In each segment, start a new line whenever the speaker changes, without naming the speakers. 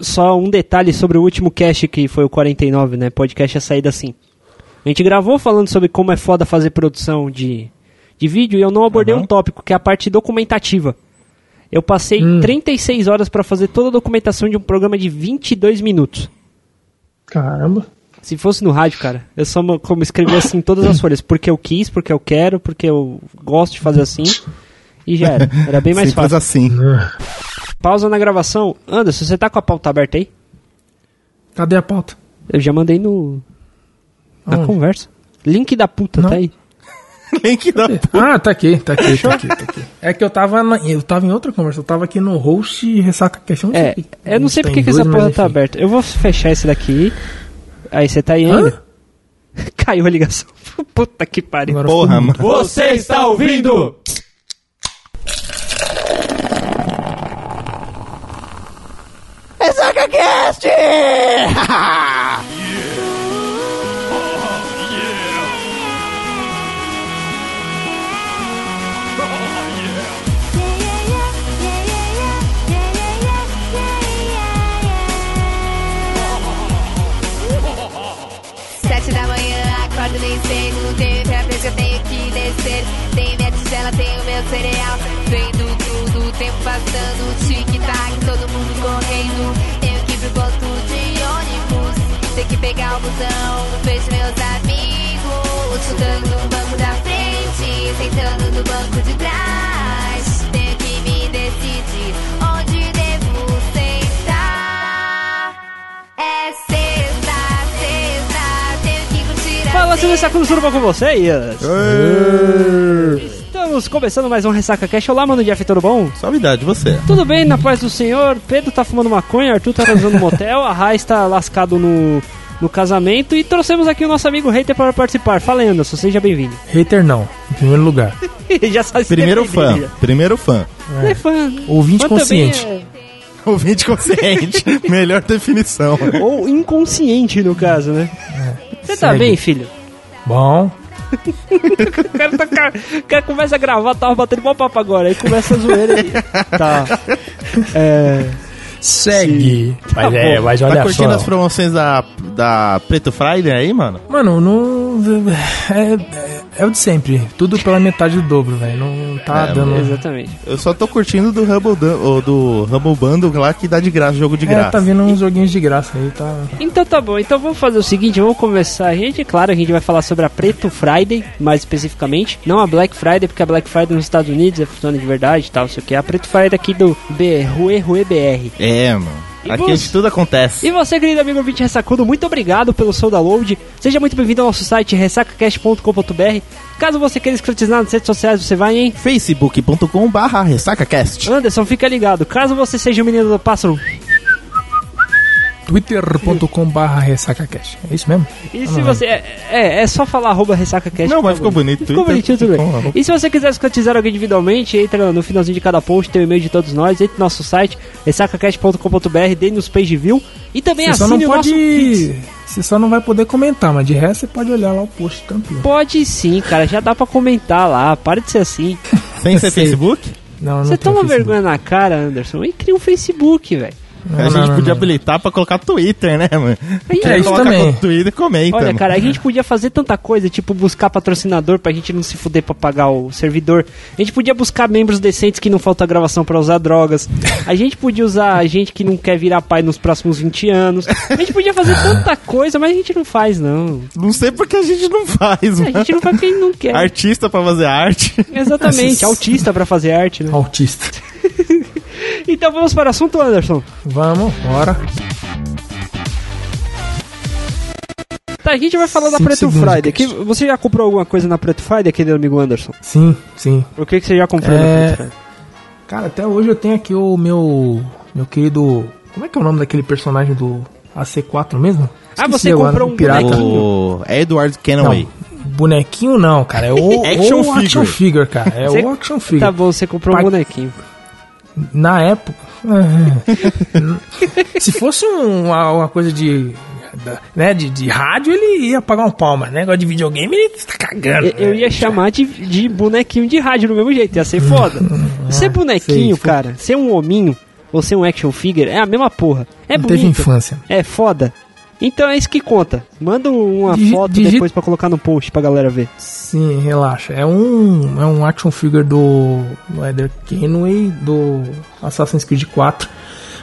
só um detalhe sobre o último cast que foi o 49, né? Podcast a saída assim. A gente gravou falando sobre como é foda fazer produção de, de vídeo e eu não abordei
Aham.
um tópico, que é a parte documentativa. Eu passei
Hum.
36 horas pra fazer toda a documentação de um programa de 22 minutos.
Caramba.
Se fosse no rádio, cara, eu só mo- como escrevi assim todas as folhas, porque eu quis, porque eu quero, porque eu gosto de fazer assim. E já era. Era bem mais
Simples
fácil.
assim.
Ah.
Pausa na gravação. Anderson, você tá com a pauta aberta aí?
Cadê a pauta?
Eu já mandei no. na
Aonde?
conversa. Link da puta,
Não.
tá aí.
Link da p-
Ah, tá aqui, tá aqui, tá aqui, tá aqui. É que eu tava, na- eu tava em outra conversa, eu tava aqui no host e ressaca questão de-
É, eu não sei
Tem
porque que
dois,
essa
mas
porra tá
enfim.
aberta. Eu vou fechar esse daqui. Aí você tá aí
Hã?
ainda? Caiu a ligação. Puta que pariu.
Agora
Porra,
ficou-
mano.
Você está ouvindo?
Sete da manhã, acordo nem sei, não tenho tempo, eu tenho que descer. Tem minha tigela, tenho meu cereal. Vendo tudo, o tempo passando, tic-tac, todo mundo correndo. Tenho que ir pro posto de ônibus, tem que pegar o busão. Vejo meus amigos, chutando no banco da frente, sentando no banco de trás. Tenho que me decidir onde devo sentar. É sexta, sexta, tenho que curtir a
Fala,
sexta.
Silvio Sacudo, tudo bom com vocês? Estamos começando mais um Ressaca Cash. Olá, mano Jeff, tudo bom?
Suavidade, você.
Tudo bem, na paz do senhor. Pedro tá fumando maconha, Arthur tá transando no motel, a Rai está lascado no, no casamento. E trouxemos aqui o nosso amigo hater para participar. Fala, aí, Anderson, seja bem-vindo.
Hater não, em primeiro lugar.
Já sabe se
Primeiro
defender,
fã.
já.
Primeiro fã.
Não é fã.
Ouvinte
Fã também
consciente.
Ouvinte consciente. Melhor definição.
é- Ou inconsciente, no caso, né? Você tá
segue.
bem, filho?
Bom,
O cara, tá, ca- o cara começa a gravar, tava batendo mó papo agora. Aí começa a zoeira. e- Tá. É.
segue.
Tá
Mas é,
bom.
mas
Tá
olha
curtindo
só.
as promoções da, da Preto Friday aí, mano?
Mano, não. É, é- é o de sempre. Tudo pela metade do dobro, velho. Não tá
É,
dando.
Exatamente.
Eu só tô curtindo do Humble, Dan- ou do Humble Bundle lá que dá de graça, jogo de
É,
graça.
tá vindo uns joguinhos de graça aí, tá.
Então tá bom, então vamos fazer o seguinte, vamos começar. A gente, claro, a gente vai falar sobre a Preto Friday, mais especificamente. Não a Black Friday, porque a Black Friday nos Estados Unidos é funciona de verdade e tal, sei o que. A Preto Friday aqui do B, Rue Rue BR.
É, mano.
E
Aqui
você?
onde tudo acontece.
E você, querido amigo ouvinte Ressacudo, muito obrigado pelo seu download. Seja muito bem-vindo ao nosso site ressacacast.com.br. Caso você queira escrotizar nas redes sociais, você vai em
facebook.com barra ressacacast
Anderson, fica ligado. Caso você seja o menino do pássaro,
twitter.com/barra ressacacast. É isso mesmo?
E se você. É, é, é só falar arroba ressacacast.
Ah, Não, mas
por favor.
ficou bonito. então
Ficou bonitinho tudo
Ficou
bem.
maluco.
E se você quiser escutizar alguém individualmente, entra no finalzinho de cada post, tem o e-mail de todos nós, entra no nosso site, ressacacast.com.br, dê nos page view e também
Você só
assine
não
o nosso Pix.
pode. Você só não vai poder comentar, mas de resto você pode olhar lá o post tranquilo.
Pode sim, cara, já dá pra comentar lá, para de ser assim.
Sem ser
Sei.
Facebook?
Não, não
Você
tem
toma
Facebook.
vergonha na cara, Anderson, e cria um Facebook, velho.
Não,
a
não,
gente
não,
podia
não.
habilitar pra colocar Twitter, né, mano?
Aí,
É, isso
coloca
também.
com o Twitter e comenta.
Olha,
mano.
cara, a gente podia fazer tanta coisa, tipo buscar patrocinador pra gente não se fuder pra pagar o servidor. A gente podia buscar membros decentes que não faltam a gravação pra usar drogas. A gente podia usar gente que não quer virar pai nos próximos 20 anos. A gente podia fazer tanta coisa, mas a gente não faz, não.
Não sei porque a gente não
Hum.
faz,
A
mano.
gente não faz quem não quer.
Artista pra fazer arte.
Exatamente, autista pra fazer arte, né?
Autista.
Então vamos para o assunto, Anderson.
Vamos, bora.
Tá, a gente vai falar da
Cinco
Preto
segundos,
Friday. Que-
Cristo.
você já comprou alguma coisa na Preto Friday, querido amigo Anderson?
Sim, sim.
O que, que você já comprou na
É.
Preto Friday?
Cara, até hoje eu tenho aqui o meu. Meu querido. Como é que é o nome daquele personagem do AC4 mesmo?
Ah,
Esqueci
você
agora,
comprou um
pirata.
bonequinho.
O... É Edward Kenway.
Não, bonequinho não, cara. É o action,
Action
o action figure, cara. É
Você-
o action figure.
Tá bom, você comprou um
Pa-
bonequinho.
Na época. É. Se fosse um- uma, uma coisa de. da- Né, de, de rádio, ele ia pagar um pau, mas negócio de videogame, ele tá cagando.
Eu, eu ia chamar de,
Ah,
de bonequinho de rádio do mesmo jeito, ia ser foda. ser bonequinho,
sei, foi-
cara, ser um hominho, ou ser um action figure, é a mesma porra. É
não
bonito.
teve infância.
É foda. Então é isso que conta. Manda uma
Digi-
foto
digi-
depois pra colocar no post pra galera ver.
Sim, relaxa. É um, é um action figure do Leather Kenway do Assassin's Creed 4.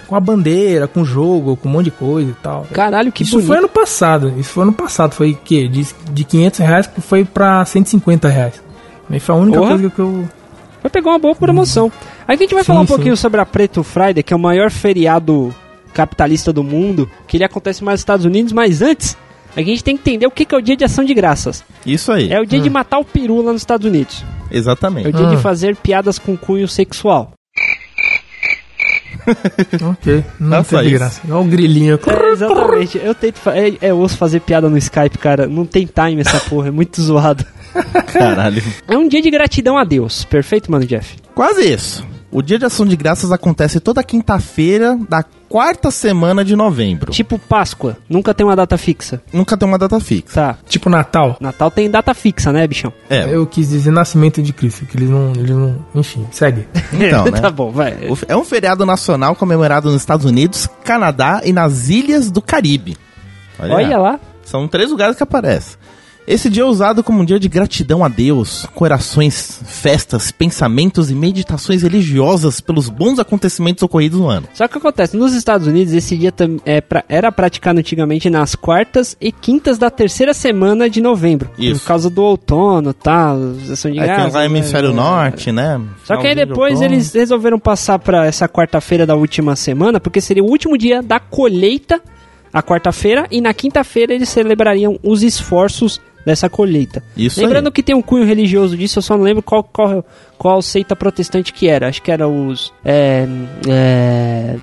Com a bandeira, com o jogo, com um monte de coisa e tal.
Caralho, que
isso
bonito.
foi ano passado. Isso foi ano passado. Foi que de, de 500 reais foi pra 150 reais. Aí foi a única
Porra.
coisa que eu.
Vai pegar uma boa promoção. Aí que a gente vai
Sim,
falar um
sim.
pouquinho sobre a Preto Friday, que é o maior feriado capitalista do mundo, que ele acontece mais nos Estados Unidos, mas antes, a gente tem que entender o que que é o dia de ação de graças.
Isso aí,
É o dia de matar o peru lá nos Estados Unidos. É o
exatamente.
dia
Ah.
de fazer piadas com cunho sexual.
Ok. Não
Nossa,
teve
isso.
graça. Olha o grilinho.
É, exatamente. Eu tento fa- é, é, eu ouço fazer piada no Skype, cara. Não tem time essa porra, é muito zoado.
Caralho.
É um dia de gratidão a Deus. Perfeito, mano, Jeff?
Quase isso. O Dia de Ação de Graças acontece toda quinta-feira da quarta semana de novembro.
Tipo Páscoa, nunca tem uma data fixa.
Nunca tem uma data fixa.
Tá.
Tipo Natal.
Natal tem data fixa, né, bichão?
É,
Eu quis dizer nascimento de Cristo, que eles não. Eles não enfim, segue.
então, né?
tá bom, vai.
O- É um feriado nacional comemorado nos Estados Unidos, Canadá e nas Ilhas do Caribe.
Olha lá.
São três lugares que aparece. Esse dia é usado como um dia de gratidão a Deus, corações, festas, pensamentos e meditações religiosas pelos bons acontecimentos ocorridos no ano.
Só que acontece, nos Estados Unidos esse dia tam- é pra- era praticado antigamente nas quartas e quintas da terceira semana de novembro.
Isso.
Por causa do outono, tá? Sessão de
Aí tem
graças,
lá o hemisfério
né?
norte, né?
Só que aí
Finalzinho de
depois
outono.
eles resolveram passar pra essa quarta-feira da última semana, porque seria o último dia da colheita, a quarta-feira, e na quinta-feira eles celebrariam os esforços dessa colheita.
Isso aí.
Lembrando que tem um cunho religioso disso, eu só não lembro qual, qual, qual seita protestante que era. Acho que era os. É, é,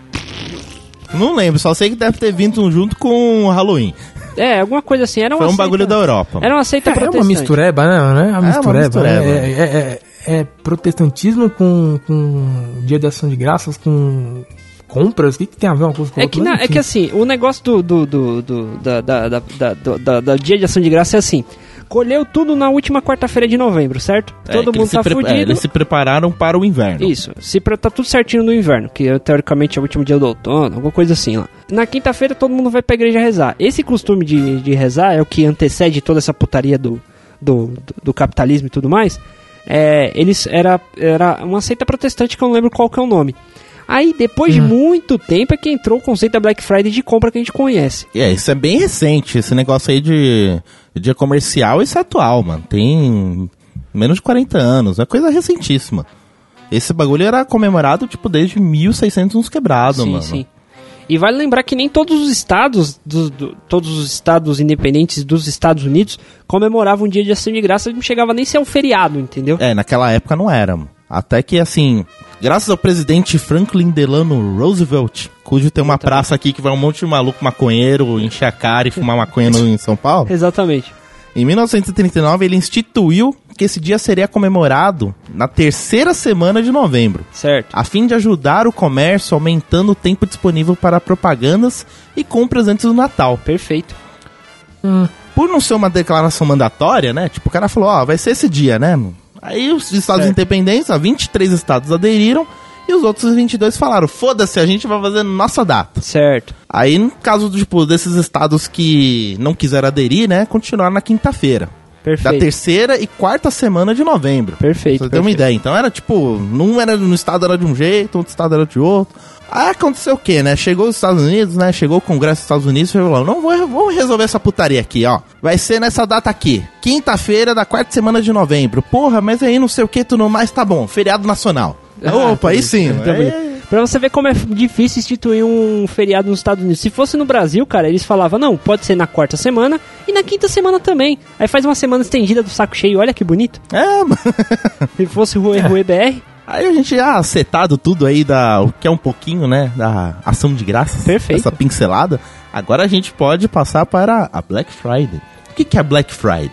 Não lembro, só sei que deve ter vindo junto com o Halloween.
é, alguma coisa assim. Era uma
Foi um
seita-
bagulho da Europa.
Era uma seita
É
protestante.
uma mistureba, né? É uma
uma
mistureba.
mistureba.
né? É, é- é- é protestantismo com, com dia de ação de graças, com compras. O que, que tem a ver uma coisa com a
É
outra?
que, na-
Mas,
é que
enfim.
assim, o negócio do, do, do, do- da, da, da, da, do- da- da dia de ação de graça é assim. Colheu tudo na última quarta-feira de novembro, certo?
É, que
Todo
eles
mundo
se
tá
pre-
fudido.
é, eles se prepararam para o inverno.
Isso. Se pra- tá tudo certinho no inverno, que é, teoricamente é o último dia do outono, alguma coisa assim lá. Na quinta-feira todo mundo vai pra igreja rezar. Esse costume de, de rezar é o que antecede toda essa putaria do, do, do- do capitalismo e tudo mais. É, eles era, era uma seita protestante que eu não lembro qual que é o nome. Aí, depois de muito tempo, é que entrou o conceito da Black Friday de compra que a gente conhece.
É, isso é bem recente. Esse negócio aí de dia comercial, isso é atual, mano. Tem menos de 40 anos. É coisa recentíssima. Esse bagulho era comemorado, tipo, desde 1600 uns quebrados, mano.
E vale lembrar que nem todos os estados, do- do- todos os estados independentes dos Estados Unidos comemoravam um dia de ação de graça, não chegava nem a ser um feriado, entendeu?
É, naquela época não era. mano. Até que, assim, graças ao presidente Franklin Delano Roosevelt, cujo tem uma praça aqui que vai um monte de maluco maconheiro encher a cara e fumar maconha no- em São Paulo.
Exatamente.
Em 1939, ele instituiu que esse dia seria comemorado na terceira semana de novembro.
Certo.
a fim de ajudar o comércio aumentando o tempo disponível para propagandas e compras antes do Natal.
Perfeito.
Por não ser uma declaração mandatória, né? Tipo, o cara falou, ó, vai ser esse dia, né? mano? Aí os estados independentes, ó, 23 estados aderiram e os outros 22 falaram, foda-se, a gente vai fazer nossa data.
Certo.
Aí, no caso, tipo, desses estados que não quiseram aderir, né, continuaram na quinta-feira. Da
Perfeito.
terceira e quarta semana de novembro.
Perfeito.
Pra você ter uma
perfeito.
ideia. Então era tipo, num era no estado era de um jeito, outro estado era de outro. Aí aconteceu o quê, né? Chegou os Estados Unidos, né? Chegou o Congresso dos Estados Unidos e falou: não, vou- vamos resolver essa putaria aqui, ó. Vai ser nessa data aqui, quinta-feira da quarta semana de novembro. Porra, mas aí não sei o que, tudo mais, tá bom, feriado nacional.
Ah,
Opa, aí
tá
sim.
bonito, tá
aí-
bonito. Pra você ver como é difícil instituir um feriado nos Estados Unidos. Se fosse no Brasil, cara, eles falavam, não, pode ser na quarta semana e na quinta semana também. Aí faz uma semana estendida do saco cheio, olha que bonito.
É, mano.
Se fosse o Rue BR,
Aí a gente já setado tudo aí da o que é um pouquinho, né, da ação de graças,
Perfeito.
essa pincelada. Agora a gente pode passar para a Black Friday. O que que é Black Friday?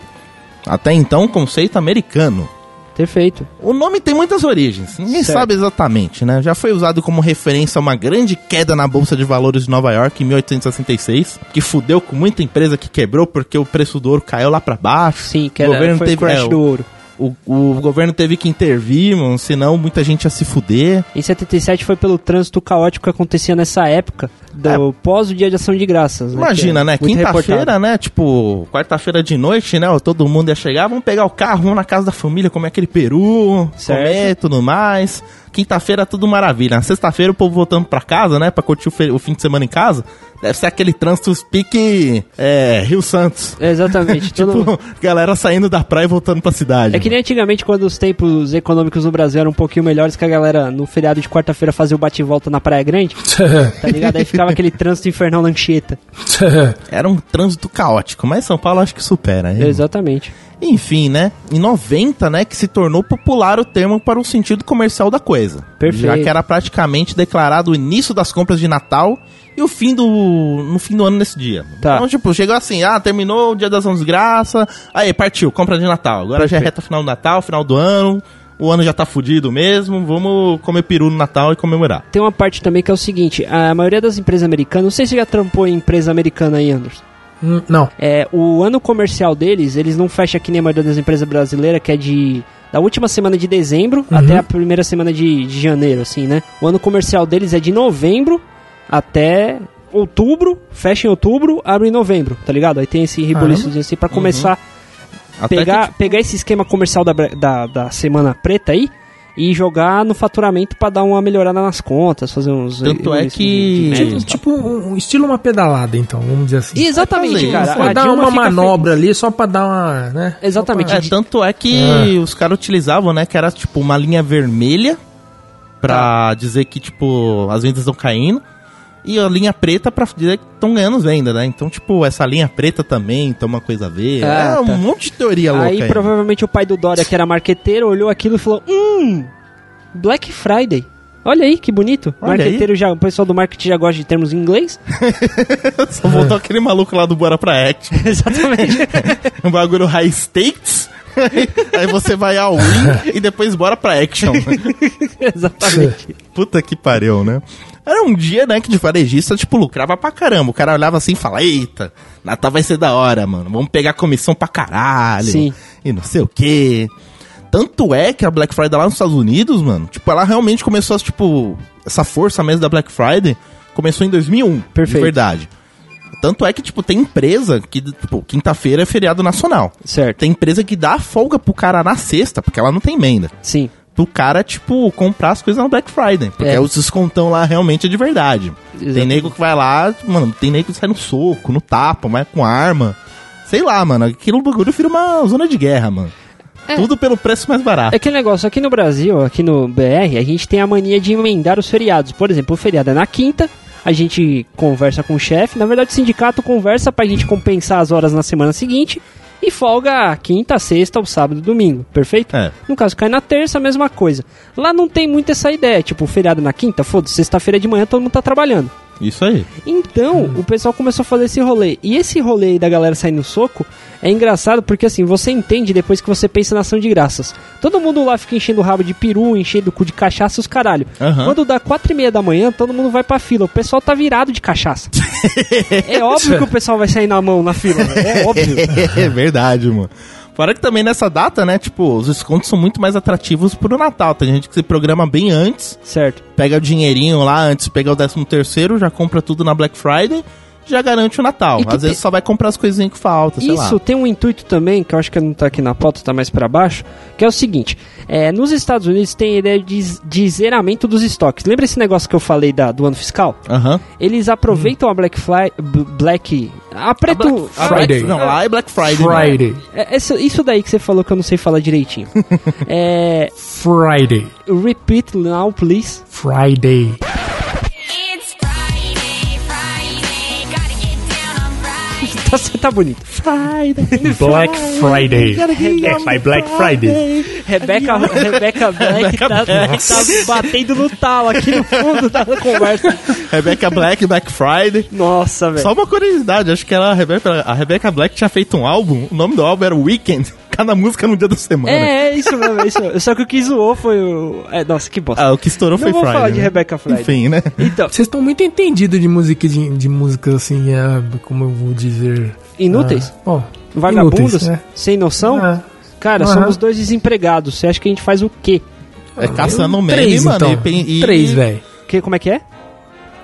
Até então, um conceito americano.
perfeito.
O nome tem muitas origens, ninguém
Certo.
sabe exatamente, né? Já foi usado como referência a uma grande queda na Bolsa de Valores de Nova York em 1866, que fudeu com muita empresa que quebrou porque o preço do ouro caiu lá pra baixo.
Sim, que era,
O governo
foi o
teve-
crash
é, o-
do ouro.
O, o governo teve que intervir, mano, senão muita gente ia se fuder.
Em 77 foi pelo trânsito caótico que acontecia nessa época, do pós o dia de ação de graças. né,
É. Imagina,
que é
né?
muito reportado.
Quinta-feira, né? Tipo, quarta-feira de noite, né? ó, Todo mundo ia chegar, vamos pegar o carro, vamos na casa da família, comer aquele peru,
Certo.
comer tudo mais. Quinta-feira, tudo maravilha. Na Sexta-feira, o povo voltando pra casa, né? Pra curtir o, fe- o fim de semana em casa. Deve ser aquele trânsito pique é, Rio Santos.
Exatamente. todo-
Tipo, galera saindo da praia e voltando pra cidade.
É que nem antigamente, quando os tempos econômicos no Brasil eram um pouquinho melhores, que a galera no feriado de quarta-feira fazia o bate-volta na Praia Grande, tá ligado? Aí ficava aquele trânsito infernal na Anchieta.
Era um trânsito caótico, mas São Paulo acho que supera. hein?
Exatamente.
Enfim, né? Em 90, né, que se tornou popular o termo para o sentido comercial da coisa.
Perfeito.
Já que era praticamente declarado o início das compras de Natal e o fim do no fim do ano nesse dia.
Tá.
Então, tipo, chegou assim, ah, terminou o Dia das Ação de Graça, aí partiu, compra de Natal. Agora já é reta final do Natal, final do ano, o ano já tá fudido mesmo, vamos comer peru no Natal e comemorar.
Tem uma parte também que é o seguinte, a maioria das empresas americanas, não sei se você já trampou em empresa americana aí, Anderson.
Hum, Não.
É, o ano comercial deles, eles não fecham que nem a maioria das empresas brasileiras, que é de. Da última semana de dezembro
Uhum.
até a primeira semana de, de janeiro, assim, né? O ano comercial deles é de novembro até outubro, fecha em outubro, abre em novembro, tá ligado? Aí tem esse reboliço assim pra começar a
Uhum. Até
pegar,
que,
pegar esse esquema comercial da, bre- da, da semana preta aí e jogar no faturamento pra dar uma melhorada nas contas, fazer uns.
Tanto é
uns-
que-
uns- uns- uns-
Tipo, um, um estilo uma pedalada, então, vamos dizer assim.
Exatamente,
Vai fazer
cara.
isso.
A
Pra dar
Ah, Dilma
uma
fica feliz.
manobra ali, só pra dar uma, né?
Exatamente.
É, tanto é que
Ah.
os caras utilizavam, né, que era tipo uma linha vermelha
Tá.
pra dizer que, tipo, as vendas estão caindo. E a linha preta pra dizer que estão ganhando venda, né? Então, tipo, essa linha preta também tem uma coisa a ver.
Ah,
é
tá.
um monte de teoria louca
Aí
aí.
provavelmente o pai do Dória, que era marqueteiro, olhou aquilo e falou: Hum, Black Friday. Olha aí que bonito.
Olha
marqueteiro já, o pessoal do marketing já gosta de termos em inglês.
Só voltou aquele maluco lá do Bora Pra Act.
Exatamente.
um bagulho high stakes. aí você vai ao win e depois bora pra action.
Exatamente.
Puta que pariu, né? Era um dia, né, que de varejista, tipo, lucrava pra caramba. O cara olhava assim e falava, eita, Natal vai ser da hora, mano. Vamos pegar comissão pra caralho.
Sim.
E não sei o quê. Tanto é que a Black Friday lá nos Estados Unidos, mano, tipo, ela realmente começou, tipo, essa força mesmo da Black Friday começou em 2001.
Perfeito.
De verdade. Tanto é que, tipo, tem empresa que, tipo, quinta-feira é feriado nacional.
Certo.
Tem empresa que dá folga pro cara na sexta, porque ela não tem emenda
Sim.
pro cara, tipo, comprar as coisas na Black Friday. Porque
É.
os descontão lá realmente é de verdade. Tem
Exato.
nego que vai lá, mano, tem nego que sai no soco, no tapa, mas com arma. Sei lá, mano, aquilo é um bagulho vira uma zona de guerra, mano. Tudo pelo preço mais barato.
É aquele negócio, aqui no Brasil, aqui no BR, a gente tem a mania de emendar os feriados. Por exemplo, o feriado é na quinta, a gente conversa com o chefe. Na verdade, o sindicato conversa pra gente compensar as horas na semana seguinte e folga quinta, sexta, ou sábado, domingo. Perfeito?
É.
No caso, cai na terça, a mesma coisa. Lá não tem muito essa ideia, tipo, feriado na quinta, foda-se, sexta-feira de manhã todo mundo tá trabalhando.
Isso aí.
Então,
Hum.
o pessoal começou a fazer esse rolê. E esse rolê aí da galera saindo no soco é engraçado porque assim, você entende depois que você pensa na ação de graças. Todo mundo lá fica enchendo o rabo de peru, enchendo o cu de cachaça e os caralho.
Aham.
Quando dá quatro e meia da manhã, todo mundo vai pra fila. O pessoal tá virado de cachaça. é óbvio que o pessoal vai sair na mão na fila. É óbvio.
é verdade, mano. Fora que também nessa data, né, tipo, os descontos são muito mais atrativos pro Natal. Tem gente que se programa bem antes
certo.
pega o dinheirinho lá antes, pega o 13 terceiro, já compra tudo na Black Friday, já garante o Natal.
E tu
Às vezes
te-
só vai comprar as coisinhas que falta, Então, sei
Isso
lá.
tem um intuito também, que eu acho que não tá aqui na pauta, tá mais pra baixo, que é o seguinte: é, nos Estados Unidos tem a ideia de, de zeramento dos estoques. Lembra esse negócio que eu falei da, do ano fiscal?
Aham.
Eles aproveitam a Black Fly. B- Black. A preto.
A
Friday.
Black- Não, lá é Black Friday. né?
Friday.
É, essa- isso daí que você falou que eu não sei falar direitinho. é.
Friday.
Repeat now, please.
Friday.
It's Friday, Friday, gotta get down on Friday.
Tá, você tá bonito.
Black Friday. É, my Black Friday.
Rebeca, Rebeca Black tá, tá batendo no talo aqui no fundo da conversa.
Rebecca Black, Black Friday.
Nossa, velho.
Só uma curiosidade, acho que ela, a, Rebecca, a Rebecca Black tinha feito um álbum, o nome do álbum era Weekend, cada música no dia da semana.
É, é isso mesmo, é isso mesmo. Só que o que zoou foi o. É, nossa, que bosta.
Ah, o que estourou
não
foi
vou
Friday.
falar de
né?
Rebecca Friday.
Enfim, né?
Então,
Vocês estão muito entendidos de música de, de músicas assim, ah, como eu vou dizer.
inúteis?
Ah, bom,
Vagabundos?
inúteis, né?
Sem noção?
Ah,
Cara,
Aham.
somos dois desempregados. Você acha que a gente faz o quê?
É caçando meme,
Três,
mano.
então.
e pen- E,
Três, velho.
Que, como é que é?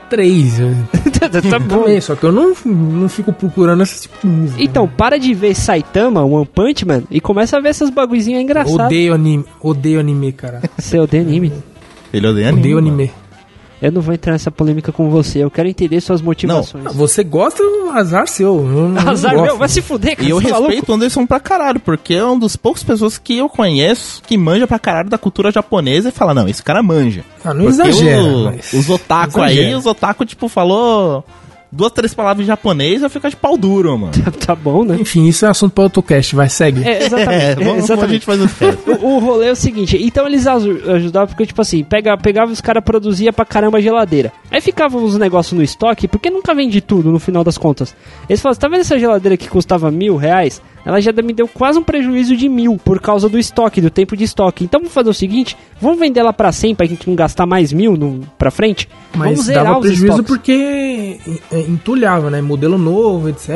Três. eu-
tá tá bom.
Também, só que eu não, não fico procurando esse tipo de música.
Então, para de ver Saitama, One Punch Man, e começa a ver essas baguizinhas engraçadas.
Odeio anime. Odeio anime, cara.
Você odeia anime?
Ele odeia anime.
Odeio
É mano.
anime.
Eu não vou entrar nessa polêmica com você. Eu quero entender suas motivações.
Ah, você gosta, azar seu. Eu não
Azar
gosto.
meu, vai se fuder, cara.
E eu
você tá
respeito
maluco?
o Anderson pra caralho, porque é um dos poucos pessoas que eu conheço que manja pra caralho da cultura japonesa e fala, não, esse cara manja.
Ah, não
Porque
exagera.
o-
mas-
Os otaku aí,
Exagera.
os otaku, tipo, falou duas, três palavras em japonês, eu fico de pau duro, mano.
Tá bom, né?
Enfim, isso é assunto para autocast, vai, segue.
É, exatamente.
É, vamos, vamos a
exatamente.
gente fazer os testes.
O, o rolê é o seguinte, então eles aju- ajudavam porque, tipo assim, pega, pegava os caras, produzia pra caramba a geladeira. Aí ficavam os negócios no estoque, porque nunca vende tudo no final das contas. Eles falavam, tá vendo essa geladeira que custava mil reais? Ela já me deu quase um prejuízo de mil por causa do estoque, do tempo de estoque. Então vamos fazer o seguinte, vamos vender ela pra 100 pra gente não gastar mais mil no, pra frente? vamos
Mas dava prejuízo porque é, entulhava, né? Modelo novo, etc.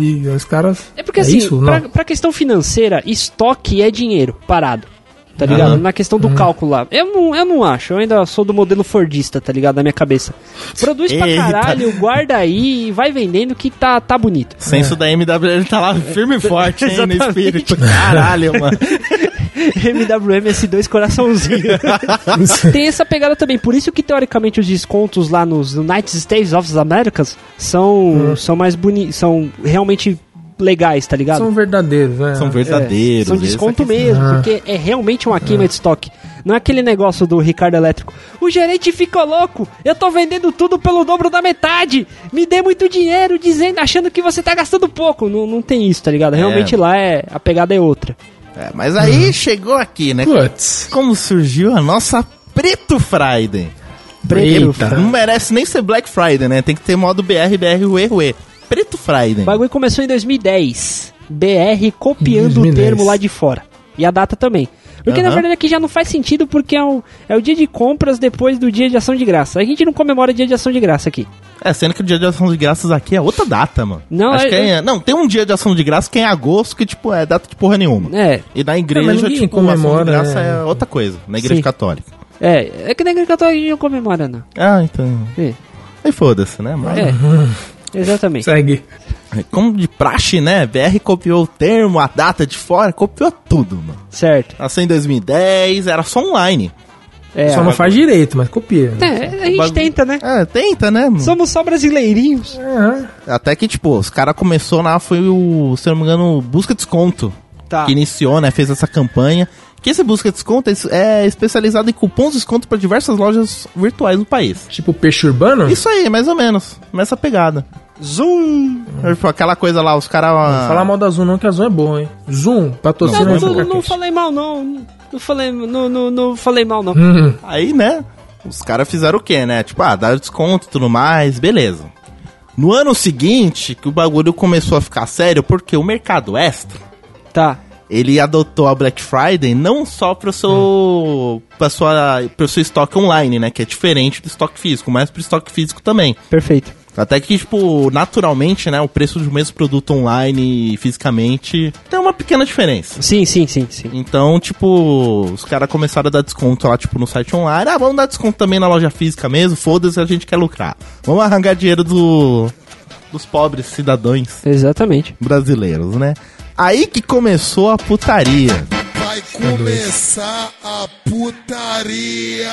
E os caras.
É porque assim,
isso?
pra,
Não.
pra questão financeira, estoque é dinheiro parado. Tá ligado?
Aham.
Na questão do cálculo lá. Eu não, eu não acho, eu ainda sou do modelo Fordista, tá ligado? Na minha cabeça. Produz pra
Eita.
caralho, guarda aí e vai vendendo que tá, tá bonito.
Senso da MWL tá lá firme e forte, hein, no
Exatamente.
espírito. Caralho, mano.
MWM S2 coraçãozinho. Tem essa pegada também. Por isso que, teoricamente, os descontos lá nos United States of the Americas são, são mais bonitos, são realmente legais, tá ligado?
São verdadeiros, né?
São
É,
verdadeiros.
São
essa
desconto
questão.
mesmo,
Ah.
porque é realmente uma queima de estoque. Não é aquele negócio do Ricardo Elétrico. O gerente ficou louco. Eu tô vendendo tudo pelo dobro da metade. Me dê muito dinheiro dizendo, achando que você tá gastando pouco. Não, não tem isso, tá ligado? Realmente lá é a pegada é outra.
É, mas aí
Uhum.
chegou aqui, né?
Putz.
Como surgiu a nossa Preto Friday.
Preto,
Eita.
Não merece nem ser Black Friday, né? Tem que ter modo BR, BR, Rue, Rue. Preto Friday.
O bagulho começou em 2010. BR copiando
2010.
o termo lá de fora. E a data também. Porque na
Aham.
verdade aqui já não faz sentido porque é, um, é o dia de compras depois do dia de ação de graça. A gente não comemora dia de ação de graça aqui.
É, sendo que o dia de ação de graças aqui é outra data, mano.
Não,
Acho
é-
que é, Não, tem um dia de ação de graça que é em agosto, que, tipo, é data de porra nenhuma.
É,
E na igreja,
É, mas ninguém
tipo, ação
comemora,
de graça é
né?
outra coisa. Na igreja
Sim.
católica.
É, é que na igreja católica a gente não comemora, não.
Ah, então...
É,
Aí foda-se, né? Mas...
é. exatamente.
Segue.
Como de praxe, né? BR copiou o termo, a data de fora, copiou tudo, mano.
Certo.
Nasceu em 2010, era só online.
É,
Só não faz direito, mas copia.
É, a gente
Bagulho.
tenta, né?
É, tenta, né? mano?
Somos só brasileirinhos.
Aham.
Até que, tipo, os caras começou lá, foi o, se eu não me engano, Busca Desconto.
Tá.
Que iniciou, né? Fez essa campanha. Que esse Busca Desconto é, é especializado em cupons de desconto para diversas lojas virtuais do país.
Tipo peixe urbano?
Isso aí, mais ou menos. Nessa pegada.
Zoom!
Tipo, Aquela coisa lá, os ah, caras.
Não Falar mal da Zoom não, que a Zoom é boa, hein? Zoom,
Não,
patrocina
não,
aí
não,
pra
não
cacete.
falei mal, não. Não falei, não, não, não falei mal, não.
Hum,
Aí, né? Os caras fizeram o quê, né? Tipo, ah, dá desconto e tudo mais, beleza. No ano seguinte, que o bagulho começou a ficar sério, porque o mercado extra,
Tá.
ele adotou a Black Friday não só pro seu, pra sua, pro seu estoque online, né? Que é diferente do estoque físico, mas pro estoque físico também.
Perfeito.
Até que, tipo, naturalmente, né? O preço do mesmo produto online e fisicamente tem uma pequena diferença.
Sim, sim, sim, sim.
Então, tipo, os caras começaram a dar desconto lá, tipo, no site online. Ah, vamos dar desconto também na loja física mesmo. Foda-se, a gente quer lucrar. Vamos arrancar dinheiro do, dos pobres cidadãos
Exatamente.
brasileiros, né? Aí que começou a putaria.
Vai começar a putaria.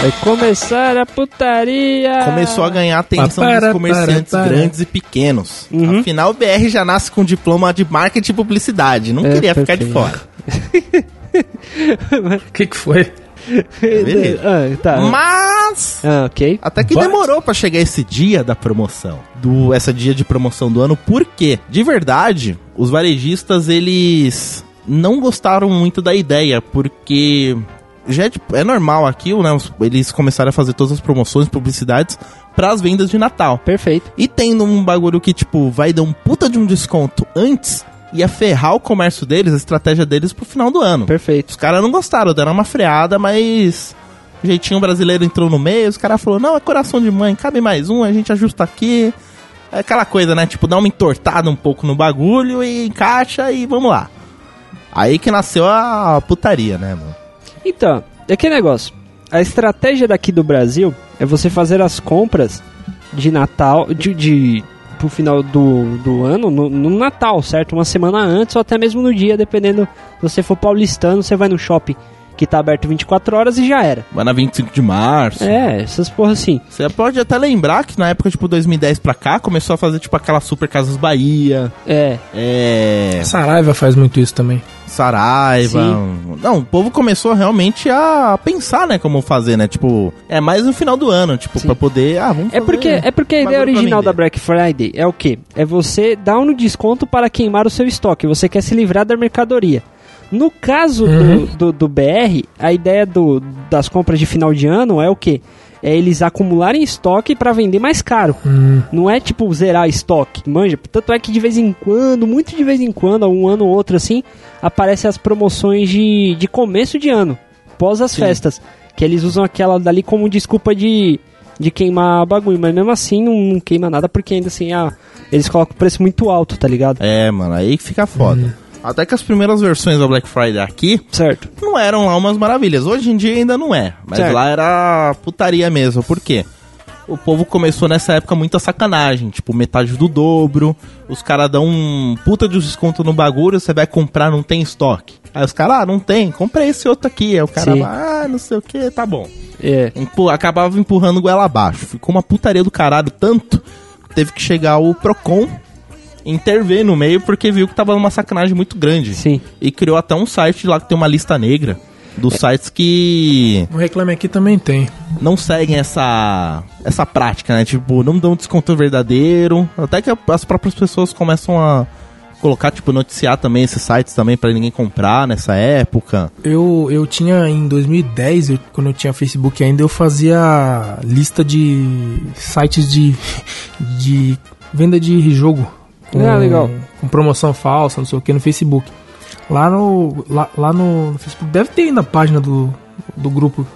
Vai começar a putaria.
Começou a ganhar a atenção dos
Papara,
comerciantes
para, para.
grandes e pequenos. Afinal, o BR já nasce com diploma de marketing e publicidade. Não
É,
queria ficar de
perfeito.
fora.
o que que foi?
Beleza.
ah, tá.
Mas...
Ah, ok.
Até que
What?
demorou pra chegar esse dia da promoção, do essa dia de promoção do ano, porque de verdade, os varejistas eles não gostaram muito da ideia, porque já é, de- é normal aquilo, né? os- Eles começaram a fazer todas as promoções, publicidades pras vendas de Natal.
Perfeito.
E tendo um bagulho que tipo vai dar um puta de um desconto antes ia ferrar o comércio deles, a estratégia deles pro final do ano.
Perfeito.
Os caras não gostaram, deram uma freada, mas o jeitinho brasileiro entrou no meio, os caras falaram, não, é coração de mãe, cabe mais um, a gente ajusta aqui. É aquela coisa, né? Tipo, dá uma entortada um pouco no bagulho e encaixa e vamos lá. Aí que nasceu a putaria, né, mano?
Então, é que negócio. A estratégia daqui do Brasil é você fazer as compras de Natal, de, de pro final do, do ano, no, no Natal, certo? Uma semana antes ou até mesmo no dia, dependendo. Se você for paulistano, você vai no shopping que tá aberto 24 horas e já era.
Mas na 25 de março.
É, essas porra assim.
Você pode até lembrar que na época, tipo, 2010 pra cá, começou a fazer, tipo, aquela Super Casas Bahia,
É,
é...
Saraiva faz muito isso também.
Saraiva. Não, o povo começou realmente a pensar, né, como fazer, né? Tipo, é mais no final do ano, tipo,
Sim.
pra poder. Ah, vamos
É
fazer
porque, é porque a ideia
bagulho pra
original da
vender.
Black Friday é o quê? É você dar um desconto para queimar o seu estoque. Você quer se livrar da mercadoria. No caso do-
Uhum.
do, do, BR, a ideia do, das compras de final de ano é o quê? É eles acumularem estoque para vender mais caro.
Hum.
Não é tipo zerar estoque, manja. Tanto é que de vez em quando, muito de vez em quando, um ano ou outro assim, aparecem as promoções de, de começo de ano, pós as festas. Que eles usam aquela dali como desculpa de, de queimar bagulho, mas mesmo assim não, não queima nada porque ainda assim ah, eles colocam o preço muito alto, tá ligado?
É, mano, aí que fica foda.
Hum.
Até que as primeiras versões da Black Friday aqui
Certo.
não eram lá umas maravilhas. Hoje em dia ainda não é. Mas
Certo.
lá era putaria mesmo. Por quê? O povo começou nessa época muita sacanagem. Tipo, metade do dobro. Os caras dão um puta de desconto no bagulho. Você vai comprar, não tem estoque. Aí os caras, ah, não tem. Comprei esse outro aqui. Aí o cara,
Sim.
vai, ah, não sei o que, tá bom.
É.
Empu- acabava empurrando goela abaixo. Ficou uma putaria do caralho tanto que teve que chegar o Procon intervir no meio porque viu que tava uma sacanagem muito grande.
Sim.
E criou até um site lá que tem uma lista negra dos sites que
O Reclame Aqui também tem.
não seguem essa essa prática, né? Tipo, não dão desconto verdadeiro. Até que as próprias pessoas começam a colocar, tipo, noticiar também esses sites também para ninguém comprar nessa época.
Eu, eu tinha em 2010, eu- quando eu tinha Facebook ainda, eu fazia lista de sites de, de venda de jogo.
Ah, legal.
Com promoção falsa, não sei o que, no Facebook. Lá no, lá, lá no Facebook, deve ter ainda a página do, do grupo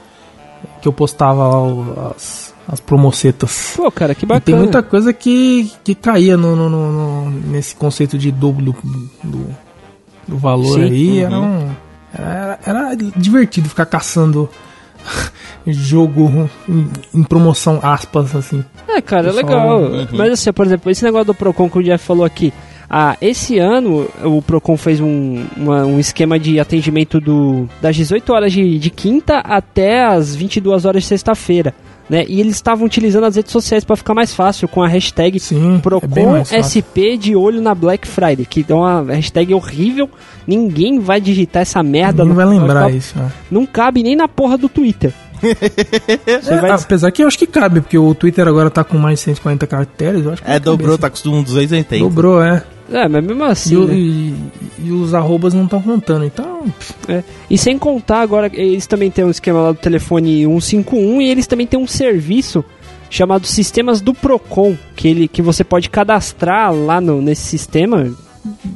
que eu postava lá o- as, as promocetas.
Pô, cara, que
E tem
bacana.
muita coisa que, que caía no, no- no- no- nesse conceito de dobro do, do, do valor
Sim. Uhum.
aí. Era, um- era- era- era divertido ficar caçando jogo em, em promoção, aspas, assim.
É, cara, é
Pessoal,
legal. Mas assim, por exemplo, esse negócio do Procon que o Jeff falou aqui. Ah, esse ano o Procon fez um, uma- um esquema de atendimento do, das 18 horas de, de quinta até as 22 horas de sexta-feira. Né? E eles estavam utilizando as redes sociais para ficar mais fácil com a hashtag
Sim, é bem
Procon
mais fácil.
SP de olho na Black Friday, que é uma hashtag horrível. Ninguém vai digitar essa merda.
Não vai lembrar
não,
isso. né?
não cabe nem na porra do Twitter. Você
É,
vai
Apesar que eu acho que cabe, porque o Twitter agora tá com mais de 140 caracteres. Eu acho que
É,
vai caber,
dobrou,
assim.
tá com um 280.
Dobrou, é.
É, mas mesmo assim.
e, o-
né?
e- e os arrobas não estão contando, então. pff,
É. E sem contar agora, eles também têm um esquema lá do telefone 151 e eles também têm um serviço chamado Sistemas do Procon, que ele que você pode cadastrar lá no, nesse sistema.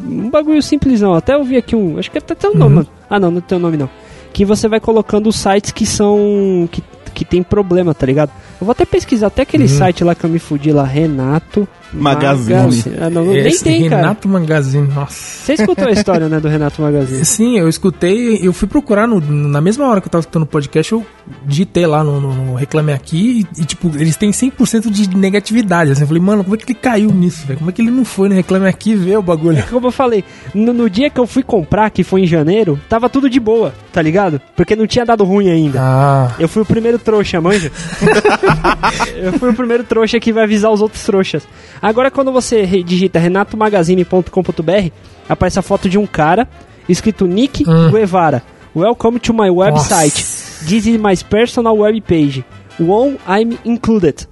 Um bagulho simplesão. Até eu vi aqui um. Acho que até tem um
Uhum.
nome. Ah não, não tem o nome não. Que você vai colocando os sites que são. que, que tem problema, tá ligado? Eu vou até pesquisar até aquele
Uhum.
site lá que eu me fudi lá, Renato.
Magazine.
Ah, não, não- nem
esse
tem, cara.
Renato Magazine, nossa.
Você escutou a história, né, do Renato Magazine?
Sim, eu escutei, eu fui procurar no- na mesma hora que eu tava escutando o podcast, eu digitei lá no, no- no Reclame Aqui e, e, tipo, eles têm 100% de negatividade. Assim, eu falei, mano, como é que ele caiu nisso, velho? Como é que ele não foi no Reclame Aqui ver o bagulho?
Como eu falei, no, no dia que eu fui comprar, que foi em janeiro, tava tudo de boa, tá ligado? Porque não tinha dado ruim ainda.
Ah,
Eu fui o primeiro trouxa, manja. eu fui o primeiro trouxa que vai avisar os outros trouxas. Agora, quando você re- digita renatomagazine.com.br, aparece a foto de um cara escrito Nick
Hum.
Guevara. Welcome to my website. This is my personal web page. One I'm included.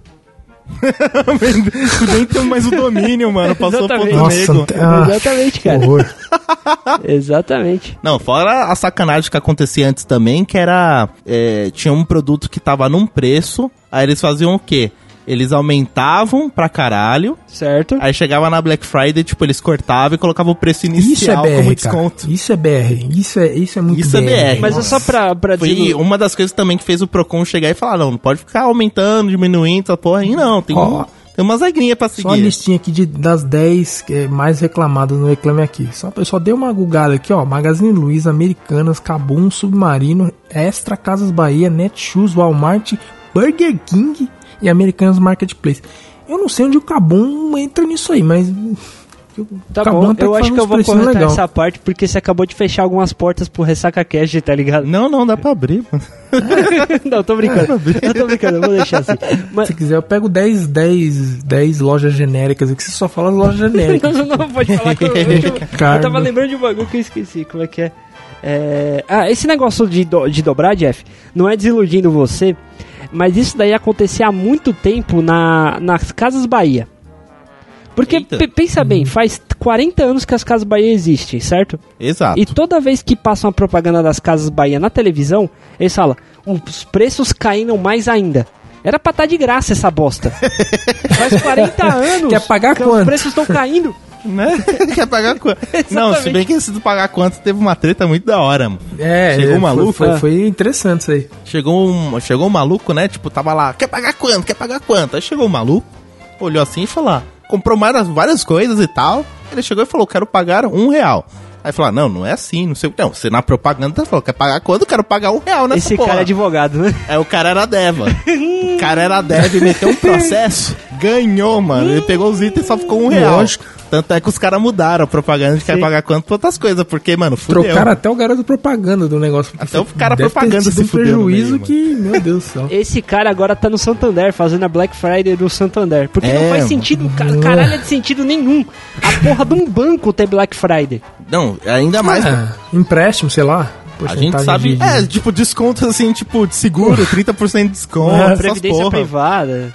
Nem tem mais o domínio, mano. Passou pro outro
Exatamente.
nossa,
nego. é
não tem- ah,
Exatamente, cara.
horror.
Exatamente.
Não, fora a sacanagem que acontecia antes também, que era. é, tinha um produto que tava num preço, aí eles faziam o quê? Eles aumentavam pra caralho,
Certo?
aí chegava na Black Friday, tipo, eles cortavam e colocavam o preço
Isso é
inicial como
BR, cara.
desconto.
Isso é BR. Isso é, isso é muito
Isso é BR.
Mas é só
nossa.
pra, pra dizer.
Foi
no-
uma das coisas também que fez o Procon chegar e falar: não, não pode ficar aumentando, diminuindo essa porra aí, não. Tem,
Ó,
um- Tem umas regrinhas pra
Só a
seguir.
listinha aqui de, das 10 que é mais reclamadas no Reclame Aqui. Só, eu só dei uma gugada aqui, ó. Magazine Luiza, Americanas, Cabum, Submarino, Extra, Casas Bahia, Netshoes, Walmart, Burger King e Americanas Marketplace. Eu não sei onde o Cabum entra nisso aí, mas...
Tá
Cabum
bom,
até
eu
faz
acho que
uns
eu vou
precinhos
cortar
legal.
essa parte porque você acabou de fechar algumas portas pro Ressaca Cash, tá ligado?
Não, não, dá pra abrir, mano.
Não, tô brincando. Eu tô brincando, eu vou deixar assim. Mas
Se quiser, eu pego 10, 10, 10 lojas genéricas aqui. Você só fala as lojas genéricas.
não, não pode falar que eu, eu, eu tava
Ricardo.
lembrando de um bagulho que eu esqueci, como é que é? É, Ah, esse negócio de, do- de dobrar, Jeff, não é desiludindo você, mas isso daí acontecia há muito tempo na, nas Casas Bahia. Porque,
Eita.
pe- pensa bem, faz 40 anos que as Casas Bahia existem, certo?
Exato.
E toda vez que passa uma propaganda das Casas Bahia na televisão, eles falam, os preços caíram mais ainda. Era pra estar de graça essa bosta. Faz 40 anos
Quer pagar
que os
quanto?
preços estão caindo.
Né? Quer pagar quanto? não, se bem que esse do pagar quanto teve uma treta muito da hora, mano.
É,
Chegou
é,
um maluco,
Foi, foi,
é?
foi interessante isso aí.
Chegou um, chegou um maluco, né? Tipo, tava lá, quer pagar quanto? Quer pagar quanto? Aí chegou um maluco, olhou assim e falou, ah, comprou várias, várias coisas e tal. Ele chegou e falou, quero pagar um real. Aí falou, ah, não, não é assim, não sei o que. Não, você na propaganda falou, quer pagar quanto? Quero pagar um real nessa
Esse
porra.
cara é advogado, né?
Aí o cara era deva. o cara era deva e meteu um processo, ganhou, mano. Ele pegou os itens e só ficou um real.
Lógico.
Tanto é que os caras mudaram a propaganda de quer pagar quanto pra outras coisas, porque, mano, fudeu.
Trocaram até o garoto propaganda do negócio. porque
Até o cara
deve ter
propaganda
sido
se
um
fudeu no
prejuízo
meio, mano.
que, meu Deus do céu.
Esse cara agora tá no Santander, fazendo a Black Friday do Santander. Porque não
É,
faz
mano.
sentido, ca- caralho, de sentido nenhum. A porra de um banco ter Black Friday.
Não, ainda mais, mano.
Ah, empréstimo, sei lá.
É, A
porcentagem
gente sabe.
de-
É, tipo, descontos assim, tipo, de seguro, 30% de desconto, essas
Previdência
porra.
privada.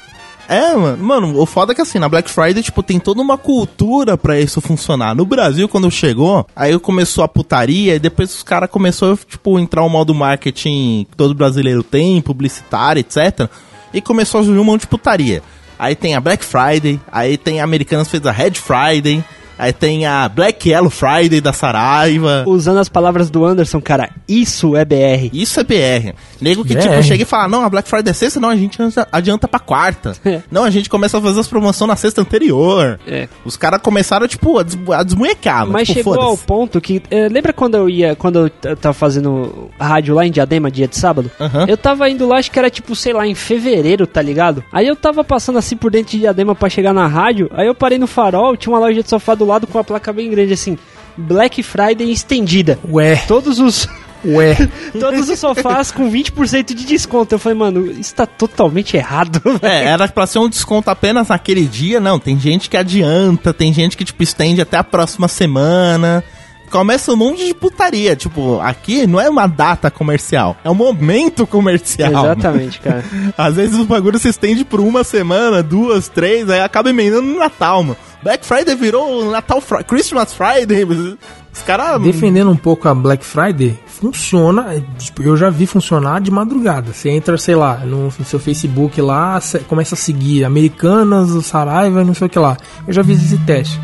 É, mano. Mano, o foda é que assim, na Black Friday, tipo, tem toda uma cultura pra isso funcionar. No Brasil, quando chegou, aí começou a putaria e depois os caras começou, tipo, entrar um modo marketing que todo brasileiro tem, publicitário, etc. E começou a surgir um monte de putaria. Aí tem a Black Friday, aí tem a Americanas fez a Red Friday, aí tem a Black Yellow Friday da Saraiva.
Usando as palavras do Anderson, cara, isso é BR.
Isso é BR. Nego que,
BR.
tipo, chega e fala, não, a Black Friday é sexta, não, a gente adianta- adianta pra quarta.
É.
não, a gente começa a fazer as promoções na sexta anterior.
É.
Os caras começaram, tipo, a, des a desmunhecar, mano.
Mas
tipo,
chegou ao
foda-se.
ponto que. eh, lembra quando eu ia. Quando eu t- tava fazendo rádio lá em Diadema, dia de sábado?
Aham.
Eu tava indo lá, acho que era tipo, sei lá, em fevereiro, tá ligado? Aí eu tava passando assim por dentro de Diadema pra chegar na rádio. Aí eu parei no farol, tinha uma loja de sofá do lado com uma placa bem grande assim: Black Friday estendida.
Ué,
Todos os.
ué.
Todos os sofás com 20% de desconto. Eu falei, mano, isso tá totalmente errado, velho.
É, era pra ser um desconto apenas naquele dia, não. Tem gente que adianta, tem gente que, tipo, estende até a próxima semana. Começa um monte de putaria. Tipo, aqui não é uma data comercial, é um momento comercial. mano.
Exatamente, cara.
Às vezes o bagulho se estende por uma semana, duas, três, aí acaba emendando no Natal, mano. Black Friday virou o Natal Fri- Christmas Friday. Os caras.
Defendendo um pouco a Black Friday, funciona. é, tipo, Eu já vi funcionar de madrugada. Você entra, sei lá, no, no seu Facebook lá, cê começa a seguir Americanas, o Saraiva, não sei o que lá. Eu já fiz esse teste.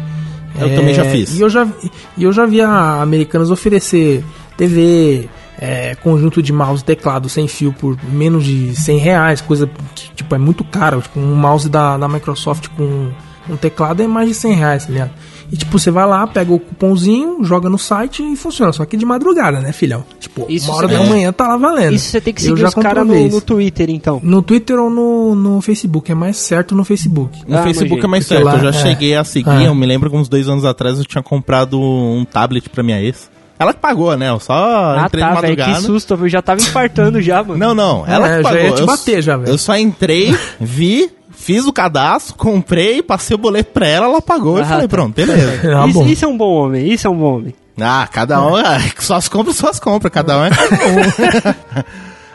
É,
Eu também já fiz.
E eu já, e eu já vi a Americanas oferecer TV, é, conjunto de mouse e teclado sem fio por menos de 100 reais, coisa que tipo, é muito caro. Tipo, um mouse da, da Microsoft com um teclado é mais de 100 reais, tá ligado? E tipo, você vai lá, pega o cupomzinho, joga no site e funciona. Só que de madrugada, né, filhão? Tipo,
Isso
uma hora
você-
da manhã tá lá valendo.
Isso você tem que
Eu
seguir
já
os caras no,
comprovei
no
isso.
Twitter, então.
No Twitter ou no, no Facebook, é mais certo no Facebook.
No
Ah,
Facebook
manjei.
é mais
Porque
certo.
lá-
eu já
é.
cheguei a seguir,
Ah.
eu me lembro que uns dois anos atrás eu tinha comprado um tablet pra minha ex. Ela que pagou, né? Eu só
Ah,
entrei de
tá, velho. Que
madrugada.
susto, eu já tava infartando já, mano.
Não, não, ela
É, já
que pagou.
ia te
Eu-
bater já, velho.
Eu só entrei, vi, fiz o cadastro, comprei, passei o boleto pra ela, ela pagou. eu
Ah,
falei,
tá.
pronto, beleza.
Tá
isso,
bom.
isso é um bom homem, isso é um bom homem.
Ah, cada um, ah, suas compras, suas compras, cada um é cada um.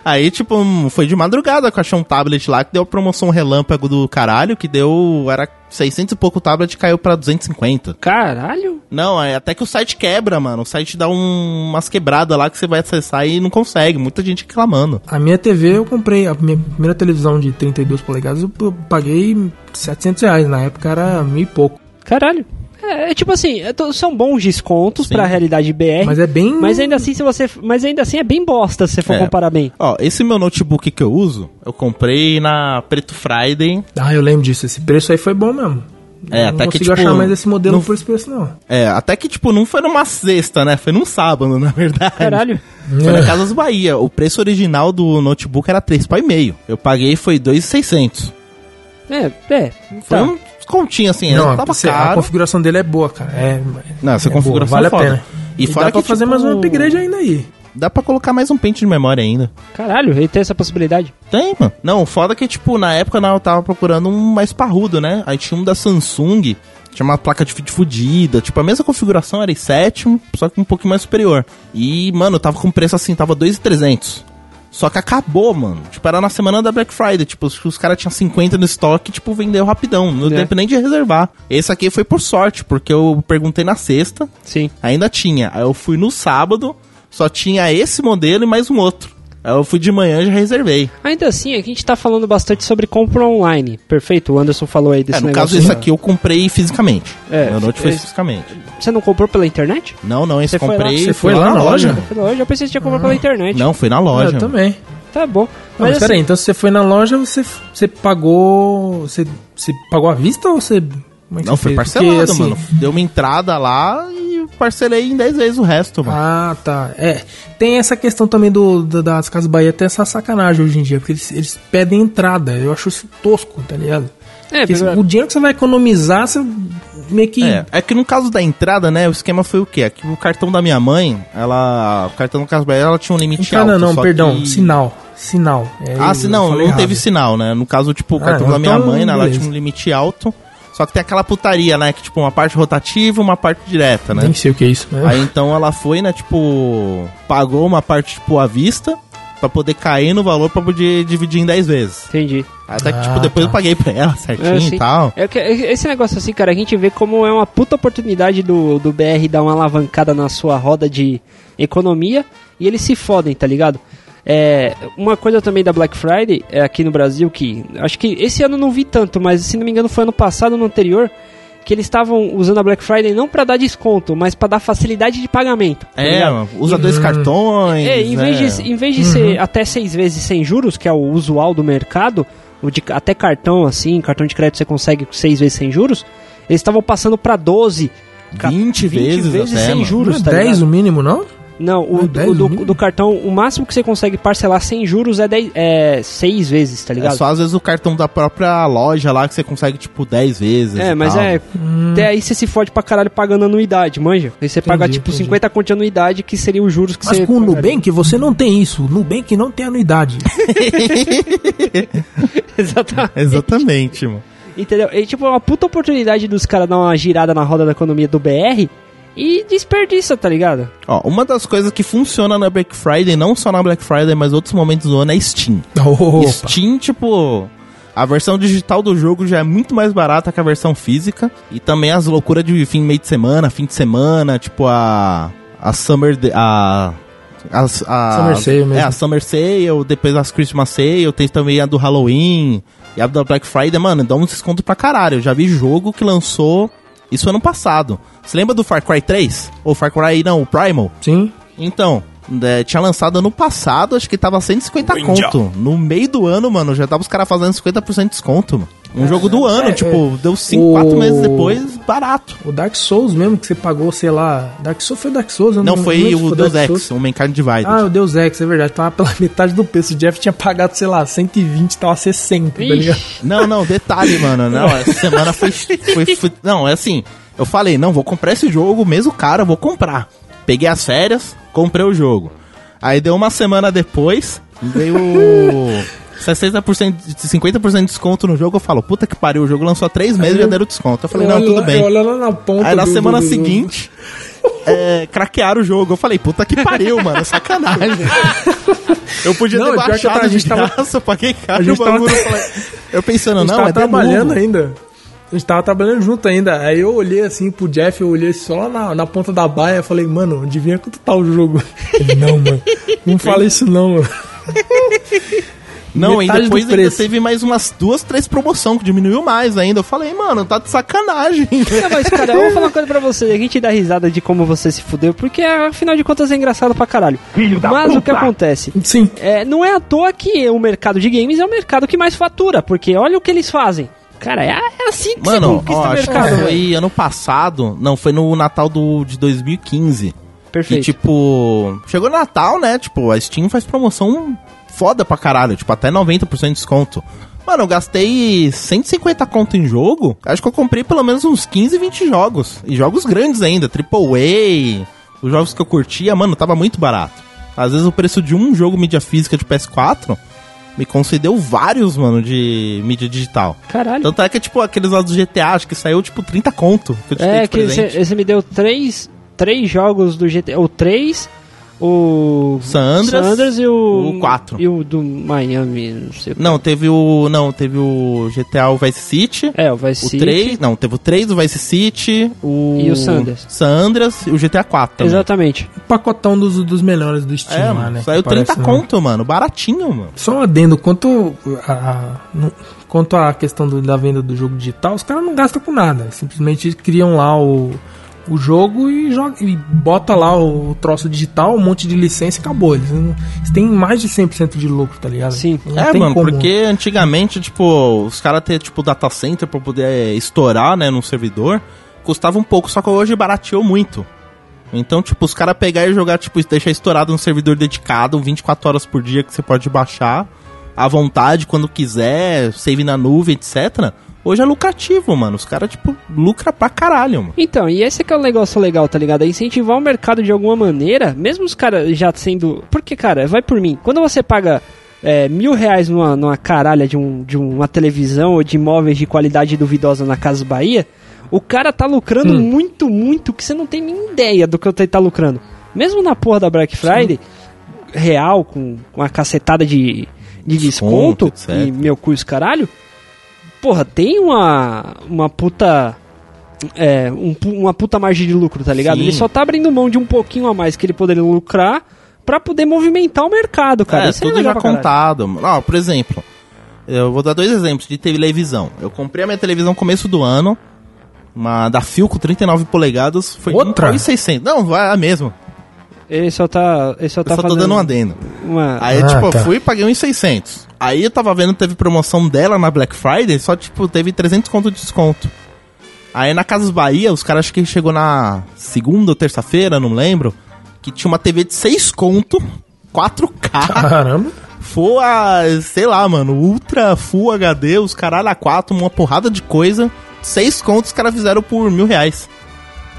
Aí, tipo, hum, foi de madrugada que eu achei um tablet lá que deu promoção relâmpago do caralho, que deu, era 600 e pouco o tablet, caiu pra 250.
Caralho.
Não, é até que o site quebra, mano. O site dá um- umas quebradas lá que você vai acessar e não consegue. Muita gente reclamando.
A minha TV eu comprei, a minha primeira televisão de 32 polegadas eu p- paguei 700 reais, na época era mil e pouco.
Caralho. É, é tipo assim, é to- são bons descontos pra realidade BR.
Mas é bem.
Mas ainda assim, se você. Mas ainda assim é bem bosta se você for
É.
comparar bem.
Ó, esse meu notebook que eu uso, eu comprei na Preto Friday.
Ah, eu lembro disso. Esse preço aí foi bom mesmo.
É,
não
até que,
consigo
tipo,
achar mais esse modelo
não-
por esse preço, não.
É, até que, tipo, não foi numa sexta, né? Foi num sábado, na verdade.
Caralho.
É.
Foi na Casas Bahia. O preço original do notebook era 3,5. Eu paguei foi 2,600.
É, é.
Foi
tá.
um descontinho, assim.
não,
né? tava
você- a
caro.
configuração dele é boa, cara. É,
Não, essa
é
configuração
boa, vale
é
a
foda.
pena.
E,
E,
fora
dá pra
que,
fazer
tipo,
mais um upgrade ainda aí.
Dá pra colocar mais um pente de memória ainda.
Caralho, ele tem essa possibilidade.
Tem, mano. Não, o foda é que, tipo, na época né, eu tava procurando um mais parrudo, né? Aí tinha um da Samsung, tinha uma placa de vídeo fodida. Tipo, a mesma configuração, era i 7 só que um pouquinho mais superior. E, mano, tava com preço assim, tava 2,300. Só que acabou, mano. Tipo, era na semana da Black Friday. Tipo, os, os caras tinham 50 no estoque, tipo, vendeu rapidão. Não deu
É.
tempo nem de reservar. Esse aqui foi por sorte, porque eu perguntei na sexta,
Sim.
Ainda tinha. Aí eu fui no sábado, só tinha esse modelo e mais um outro. Aí eu fui de manhã e já reservei.
Ainda assim, aqui a gente tá falando bastante sobre compra online. Perfeito, o Anderson falou aí desse
É, no
negócio.
caso, esse aqui eu comprei fisicamente.
É,
Meu note foi
esse-
fisicamente.
Você não comprou pela internet?
Não, não, esse
Você
eu
foi lá-
comprei.
você
fui
foi lá na loja?
Foi na loja? Eu pensei que você tinha comprado pela internet.
Ah, Não, foi na
eu
loja.
É, também.
Tá bom.
Não, mas
Mas,
peraí,
assim,
então se você foi na loja, você, você pagou. Você, você pagou à vista ou você. Como é que
Não,
você
foi
fez?
parcelado,
Porque, assim,
mano. Deu uma entrada lá e parcelei em 10 vezes o resto, mano.
Ah, tá. É. Tem essa questão também do, do- das Casas Bahia, tem essa sacanagem hoje em dia, porque eles, eles pedem entrada. Eu acho isso tosco, tá ligado?
é,
Porque
mas-
o dinheiro que você vai economizar, você meio que.
É, é que no caso da entrada, né, o esquema foi o quê? É que o cartão da minha mãe, ela. O cartão do Casbah, ela tinha um limite
Entrada
alto.
não,
só
perdão.
que-
Sinal. Sinal. É,
Ah,
eu
se não,
falei
não
errado.
teve sinal, né? No caso, tipo, o
Ah,
cartão da minha
então,
mãe, né? Ela
beleza.
tinha um limite alto. Só que tem aquela putaria, né? Que, tipo, uma parte rotativa e uma parte direta, né?
Nem sei o que é isso, né?
Aí então ela foi, né, tipo. Pagou uma parte, tipo, à vista. Pra poder cair no valor pra poder dividir em 10 vezes.
Entendi.
Até que,
Ah,
tipo, depois
tá.
eu paguei pra ela certinho
É, sim.
e tal.
É que- é- esse negócio assim, cara, a gente vê como é uma puta oportunidade do, do BR dar uma alavancada na sua roda de economia e eles se fodem, tá ligado? É, uma coisa também da Black Friday é aqui no Brasil que acho que esse ano não vi tanto, mas se não me engano foi ano passado, no anterior, que eles estavam usando a Black Friday não pra dar desconto, mas pra dar facilidade de pagamento. tá
É,
ligado?
mano, usa dois cartões. né?
É, em
né?
vez, de, em vez de ser
Uhum.
até seis vezes sem juros, que é o usual do mercado, o de- até cartão assim, cartão de crédito você consegue seis vezes sem juros, eles estavam passando pra 12,
20 vezes até,
sem
mano.
Não é
juros, tá
10
ligado?
o mínimo, não?
Não,
não
o,
é 10
o do,
o mínimo?
do cartão, o máximo que você consegue parcelar sem juros é, 10, é seis vezes, tá
É
ligado?
só às vezes o cartão da própria loja lá que você consegue, tipo, 10 vezes.
É,
e
mas
tal.
é.
Hum.
Até aí você se fode pra caralho pagando anuidade, manja. Aí você paga tipo
entendi.
50 conto de anuidade, que seria os juros que
Mas
você.
tá
com o
pagaria.
Nubank você não tem isso. O Nubank não tem anuidade.
Exatamente.
Exatamente, mano.
Entendeu? E, tipo, é uma puta oportunidade dos caras dar uma girada na roda da economia do BR e desperdiça, tá ligado?
Ó, uma das coisas que funciona na Black Friday, não só na Black Friday, mas outros momentos do ano, é Steam.
Opa.
Steam, tipo, a versão digital do jogo já é muito mais barata que a versão física. E também as loucuras de fim meio de semana, fim de semana, tipo a. A Summer. De, a, as- a-
Summer Sale mesmo.
É, a Summer Sale, depois as Christmas Sale, tem também a do Halloween e a da Black Friday, mano, dá um desconto pra caralho. Eu já vi jogo que lançou isso ano passado. Você lembra do Far Cry 3? Ou Far Cry, não, o Primal?
Sim.
Então, né, tinha lançado ano passado, acho que tava 150 conto. No meio do ano, mano, já tava os caras fazendo 50% de desconto, mano. Um jogo do ano, tipo, deu 5, 4
O-
meses depois, barato.
O Dark Souls mesmo, que você pagou, sei lá. Dark Souls foi Dark Souls, eu
Não, foi
lembro se
o Deus
Dark
Ex,
Souls.
o Mankind Divided.
Ah, o Deus Ex, é verdade. Tava pela metade do preço. O Jeff tinha pagado, sei lá, 120, tava 60, tá ligado?
Não, não, detalhe, mano. Não, essa semana foi, foi, foi- Não, é assim. Eu falei, não, vou comprar esse jogo, mesmo cara, eu vou comprar. Peguei as férias, comprei o jogo. Aí deu uma semana depois, veio. 60%, de- 50% de desconto no jogo, eu falo, puta que pariu, o jogo lançou há três meses e já deram desconto. Eu falei, não,
Olha
tudo
lá-
bem.
Olha lá na ponta.
Aí na
do- do-
semana
do- do-
seguinte, é, craquearam o jogo. Eu falei, puta que pariu, mano, é sacanagem. Eu podia
Não,
ter
e pior que
baixado
a
de
gente tava-
graça, eu paguei
a
caro
gente
o
tava-
bagulho. eu falei- Eu
A
pensando,
gente
não,
tava
é
trabalhando
trabalhando aí.
ainda. A gente tava trabalhando junto ainda. Aí eu olhei assim pro Jeff, eu olhei só lá na, na ponta da baia e falei, mano, adivinha quanto tá o jogo? Ele, não, mano. Não fala isso não, mano.
Não, e
Metade do
depois ainda
preço.
teve mais umas duas, três promoção que diminuiu mais ainda. Eu falei, mano, tá de sacanagem.
Não, mas, cara, eu vou falar uma coisa pra você. A gente dá risada de como você se fudeu, porque afinal de contas é engraçado pra caralho. mas o que acontece?
Sim.
É, não é à toa que o mercado de games é o mercado que mais fatura, porque olha o que eles fazem. Cara, é, é assim que se
Mano,
conquista
ó,
o
acho que é
mercado, velho.
foi ano passado. Não, foi no Natal do, de 2015. Que,
Perfeito.
tipo, chegou Natal, né? Tipo, a Steam faz promoção foda pra caralho. Tipo, até 90% de desconto. Mano, eu gastei 150 conto em jogo. Acho que eu comprei pelo menos uns 15, 20 jogos. E jogos grandes ainda. Triple A. Os jogos que eu curtia, mano, tava muito barato. Às vezes o preço de um jogo mídia física de PS4 me concedeu vários, mano, de mídia digital.
Caralho.
Tanto é que, tipo, aqueles lá do GTA, acho que saiu, tipo, 30 conto. Que eu te dei
É,
de
que
presente.
você me deu três, três jogos do GTA. O 3, o.
San Andreas,
Sanders e o.
o quatro.
E o do Miami, não sei o que.
Não, teve o. Não, teve o GTA o Vice City.
É, o Vice
O
City.
3, não, teve o 3 do Vice City, o.
E o San Andreas.
San Andreas e o GTA 4 também.
Exatamente.
Pacotão dos, dos melhores do Steam
É,
lá,
mano,
né?
saiu
que parece,
30
né?
conto, mano, baratinho, mano.
Só um adendo, quanto a, a- no- quanto à questão do- da venda do jogo digital, os caras não gastam com nada. Simplesmente criam lá o, o jogo e, joga, e bota lá o troço digital, um monte de licença e acabou. Eles, não- eles têm mais de 100% de lucro, tá ligado?
Sim.
Não
é,
tem
mano,
como.
porque antigamente, tipo, os caras ter, tipo, data center pra poder estourar, né, num servidor, custava um pouco, só que hoje barateou muito. Então, tipo, os caras pegar e jogar, tipo, deixar estourado num servidor dedicado, 24 horas por dia que você pode baixar à vontade, quando quiser, save na nuvem, etc. Hoje é lucrativo, mano. Os caras, tipo, lucra pra caralho, mano.
Então, e esse que é o negócio legal, tá ligado? É incentivar o mercado de alguma maneira, mesmo os caras já sendo. Porque, cara, vai por mim. Quando você paga é, mil reais numa, numa caralha de, um, de uma televisão ou de imóveis de qualidade duvidosa na Casa Bahia, o cara tá lucrando muito, muito, que você não tem nem ideia do que ele tá lucrando. Mesmo na porra da Black Friday, real, com, com uma cacetada de, de
Desconto,
desconto,
etc.
e meu cu e os caralho, porra, tem uma, uma puta é, um pu- uma puta margem de lucro, tá ligado?
Sim.
Ele só tá abrindo mão de um pouquinho a mais que ele poderia lucrar pra poder movimentar o mercado, cara.
é,
Isso
tudo
é legal
já
pra caralho.
contado. Ó, por exemplo, eu vou dar dois exemplos de televisão. Eu comprei a minha televisão no começo do ano, uma da Philco 39 polegadas, foi
Outra?
1.600. Não, vai a mesma.
Ele só tá, ele só
Eu
tá
só tô
fazendo
dando um adendo.
uma...
Aí,
Ah,
tipo,
tá.
eu fui e paguei 1.600. Aí eu tava vendo, teve promoção dela na Black Friday, só, tipo, teve 300 conto de desconto. Aí na Casas Bahia, os caras acho que chegou na segunda ou terça-feira, não lembro, que tinha uma TV de 6 conto, 4K.
Caramba.
Full, a, sei lá, mano, Ultra, Full HD, os caralho a 4, uma porrada de coisa. Seis contos os caras fizeram por mil reais.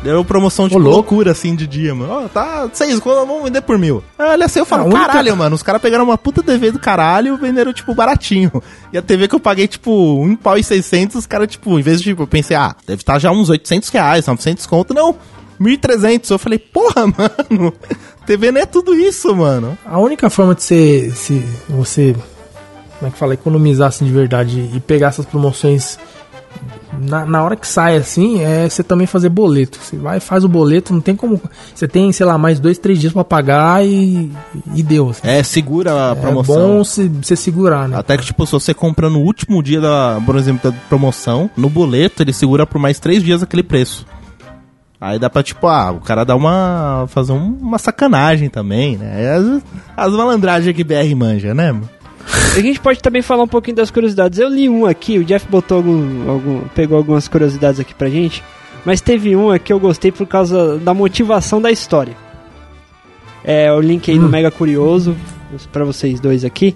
Deu promoção de
Ô, louco.
loucura assim de dia, mano. Ó, tá seis contos, vamos vender por mil. Aí olha assim, eu falo,
É, A única-
caralho, mano, os caras pegaram uma puta TV do caralho e venderam, tipo, baratinho. E a TV que eu paguei, tipo, um pau e 600, os caras, tipo, em vez de, tipo, eu pensei, ah, deve estar já uns 800 reais, 900 conto, não. 1.300, eu falei, porra, mano, TV não é tudo isso, mano.
A única forma de você, se você, como é que fala, economizar assim de verdade e pegar essas promoções na, na hora que sai assim, é você também fazer boleto. Você vai e faz o boleto, não tem como. Você tem, sei lá, mais dois, três dias pra pagar e, e deu. assim.
É, segura a
É,
promoção.
bom se- você segurar, né?
Até que, tipo, se você compra no último dia da, por exemplo, da promoção, no boleto ele segura por mais três dias aquele preço. Aí dá pra, tipo, ah, o cara dá uma. fazer um- uma sacanagem também, né? É As, as malandragens que BR manja, né? mano?
A gente pode também falar um pouquinho das curiosidades. Eu li um aqui, o Jeff botou algum, algum- pegou algumas curiosidades aqui pra gente, mas teve uma que eu gostei por causa da motivação da história. É, eu linkei no Mega Curioso pra vocês dois aqui.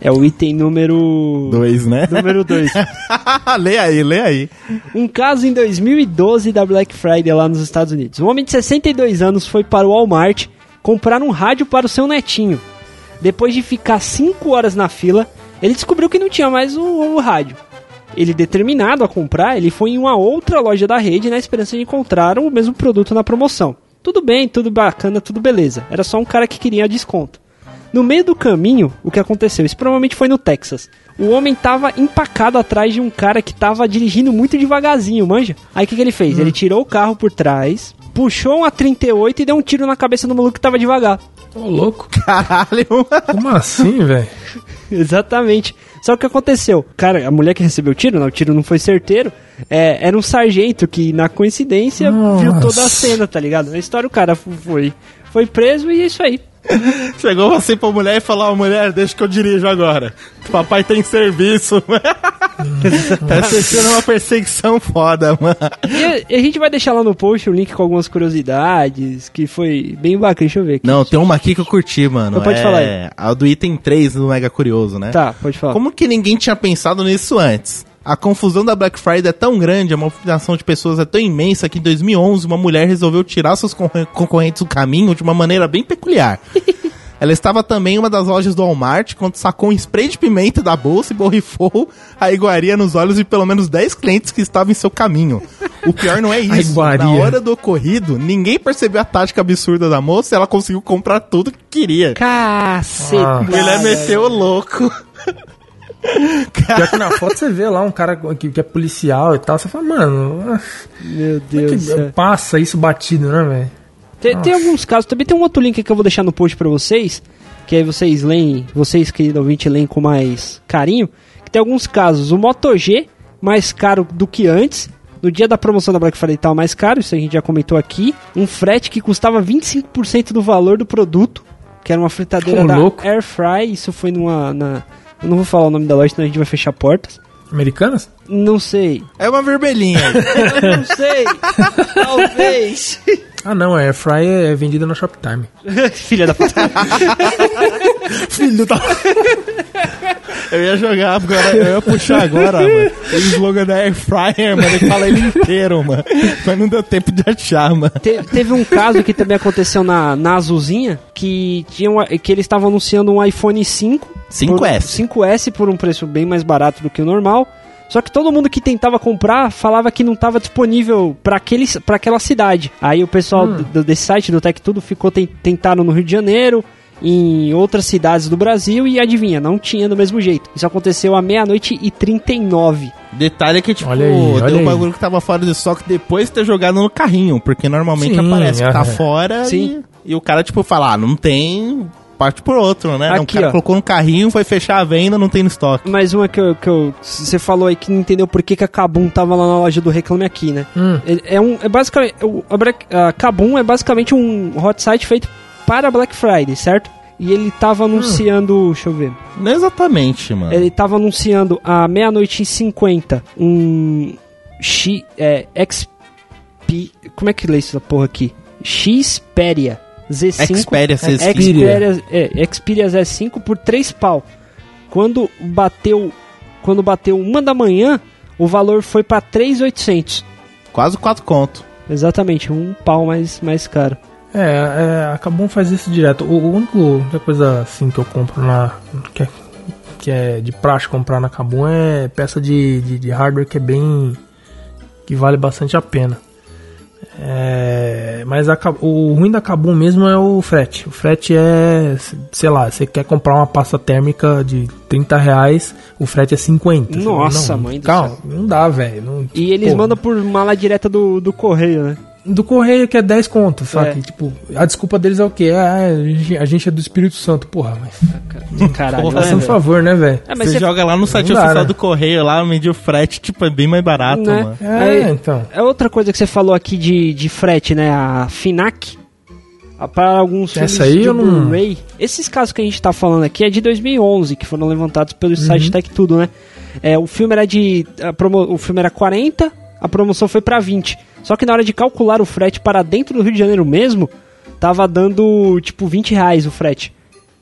É o item número
Dois, né?
número 2.
lê aí, lê aí.
Um caso em 2012 da Black Friday lá nos Estados Unidos. Um homem de 62 anos foi para o Walmart comprar um rádio para o seu netinho. Depois de ficar 5 horas na fila, ele descobriu que não tinha mais o, o rádio. Ele, determinado a comprar, ele foi em uma outra loja da rede na esperança de encontrar o mesmo produto na promoção. Tudo bem, tudo bacana, tudo beleza. Era só um cara que queria desconto. No meio do caminho, o que aconteceu? Isso provavelmente foi no Texas. O homem tava empacado atrás de um cara que tava dirigindo muito devagarzinho, manja? Aí o que, que ele um fez? Ele tirou o carro por trás, puxou uma 38 e deu um tiro na cabeça do maluco que tava devagar.
Tô louco.
Caralho.
Como assim, velho?
Exatamente. Só que o que aconteceu? Cara, a mulher que recebeu o tiro, né, o tiro não foi certeiro, é, era um sargento que, na coincidência, viu toda a
Nossa.
cena, tá ligado? Na história, o cara f- foi, foi preso e é isso aí.
Chegou você pra mulher e falou, ó, mulher, deixa que eu dirijo agora. Papai tem serviço. tá assistindo uma perseguição foda, mano.
E a, a gente vai deixar lá no post o link com algumas curiosidades, que foi bem bacana. Deixa eu ver aqui.
Não, tem uma aqui que eu curti, mano.
Então pode
é
falar aí.
A do item 3 do Mega Curioso, né?
Tá, pode falar.
Como que ninguém tinha pensado nisso antes? A confusão da Black Friday é tão grande, a movimentação de pessoas é tão imensa que em 2011 uma mulher resolveu tirar seus concorre- concorrentes do caminho de uma maneira bem peculiar. Ela estava também em uma das lojas do Walmart quando sacou um spray de pimenta da bolsa e borrifou a iguaria nos olhos de pelo menos 10 clientes que estavam em seu caminho. O pior não é
A
isso.
iguaria.
Na hora do ocorrido, ninguém percebeu a tática absurda da moça e ela conseguiu comprar tudo que queria. é
Cacete.
Ah.
A mulher meteu o louco.
Pior que na foto você vê lá um cara que, que é policial e tal. Você fala, mano, ah,
Meu
é
Deus do
que
céu.
passa isso batido, né, velho?
Tem, tem alguns casos. Também tem um outro link que eu vou deixar no post pra vocês. Que aí vocês leem, vocês, querido ouvinte, leem com mais carinho. Que tem alguns casos. O Moto G, mais caro do que antes. No dia da promoção da Black Friday tal, mais caro. Isso a gente já comentou aqui. Um frete que custava 25% do valor do produto. Que era uma fritadeira
Ô,
da
louco.
Air Fry. Isso foi numa. Na... Eu não vou falar o nome da loja, senão a gente vai fechar portas.
Americanas?
Não sei.
É uma vermelhinha.
Eu não sei. Talvez.
Ah, não, a Air Fry é vendida na Shoptime.
Filha da puta.
Filho da. Eu ia jogar agora, eu ia puxar agora, mano. O slogan da Air Fryer, mano, ele fala ele inteiro, mano. Mas não deu tempo de achar, mano.
Te- teve um caso que também aconteceu na, na Azulzinha, que, tinha uma- que eles estavam anunciando um iPhone 5.
5S.
Por, 5S por um preço bem mais barato do que o normal. Só que todo mundo que tentava comprar falava que não estava disponível para aquela cidade. Aí o pessoal do- desse site, do Tech Tudo, ficou ten- tentaram no Rio de Janeiro, em outras cidades do Brasil, e adivinha, não tinha do mesmo jeito. Isso aconteceu à meia-noite e 39.
Detalhe é que, tipo,
Olha aí, olha
deu um
aí.
bagulho que tava fora de estoque depois de ter jogado no carrinho, porque normalmente
Sim,
aparece que tá
é.
fora
Sim.
E, e o cara, tipo, fala, ah, não tem, parte por outro, né? o
Aqui,
cara
ó.
colocou no carrinho, foi fechar a venda, não tem no estoque.
Mais uma que eu, que eu- Você falou aí que não entendeu por que, que a Kabum tava lá na loja do Reclame Aqui, né?
Hum.
É, é um. É basicamente. o- A, Black- a Kabum é basicamente um hot site feito para Black Friday, certo? E ele tava anunciando. Deixa eu ver.
Não é exatamente, mano.
Ele tava anunciando à meia-noite e 50 um. X. É. XP. Como é que lê essa porra aqui? Xperia Z5.
Xperia, C5.
é Xperia, é, Xperia Z5 por 3 pau. Quando bateu, quando bateu uma da manhã, o valor foi para 3,800.
Quase quatro conto.
Exatamente, um pau mais, mais caro.
É, é acabou faz isso direto. O, o único única coisa assim que eu compro na que é, que é de praxe comprar na Kabum é peça de, de, de hardware que é bem que vale bastante a pena. É, mas a Ka- o ruim da Kabum mesmo é o frete. O frete é, sei lá, você quer comprar uma pasta térmica de 30 reais, o frete é 50.
Nossa,
não,
mãe do
calma,
céu.
não dá, velho. não-
E eles
pô,
mandam por mala direta do, do correio, né?
do correio que é 10 contas, sabe?
É.
Tipo, a desculpa deles é o quê? Ah, a gente é do Espírito Santo, porra, mas.
Caralho,
Porra,
né,
Faça um
velho?
favor, né, velho?
É, mas
você
você-
joga lá no site
Não dá,
oficial
né?
do correio lá, medir o frete, tipo, é bem mais barato,
Né?
mano.
É,
Aí-
então.
É outra coisa que você falou aqui de, de frete, né? A FINAC. a- Para alguns
Essa
filmes
aí
de
eu não-
Blu-ray. Esses casos que a gente tá falando aqui é de 2011, que foram levantados
Uhum.
pelo site Tech Tudo, né? É, o filme era de. a promo- o filme era 40, a promoção foi para 20. Só que na hora de calcular o frete para dentro do Rio de Janeiro mesmo, tava dando tipo 20 reais o frete.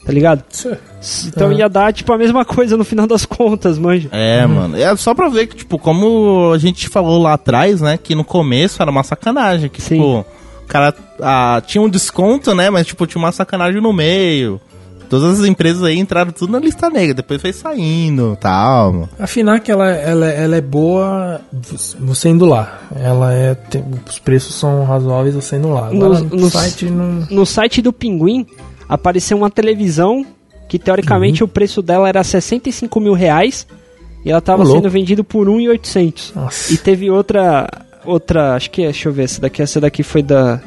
Tá ligado? S- Então
Aham.
ia dar tipo a mesma coisa no final das contas, manja.
É, mano. É só pra ver que, tipo, como a gente falou lá atrás, né? Que no começo era uma sacanagem. Que,
Sim.
tipo, o cara ah, tinha um desconto, né? Mas, tipo, tinha uma sacanagem no meio. Todas as empresas aí entraram tudo na lista negra. Depois foi saindo e tal, mano.
A FINAC, ela, ela, ela é boa você indo lá. Ela é. tem- os preços são razoáveis você indo lá. Agora,
Nos-
no,
nos-
site não.
no site do Pinguim apareceu uma televisão que
Uhum.
teoricamente o preço dela era 65 mil reais e ela estava
Ô, louco.
sendo vendida por 1,800.
Nossa.
E teve outra, outra, acho que é, deixa eu ver, essa daqui, essa daqui foi da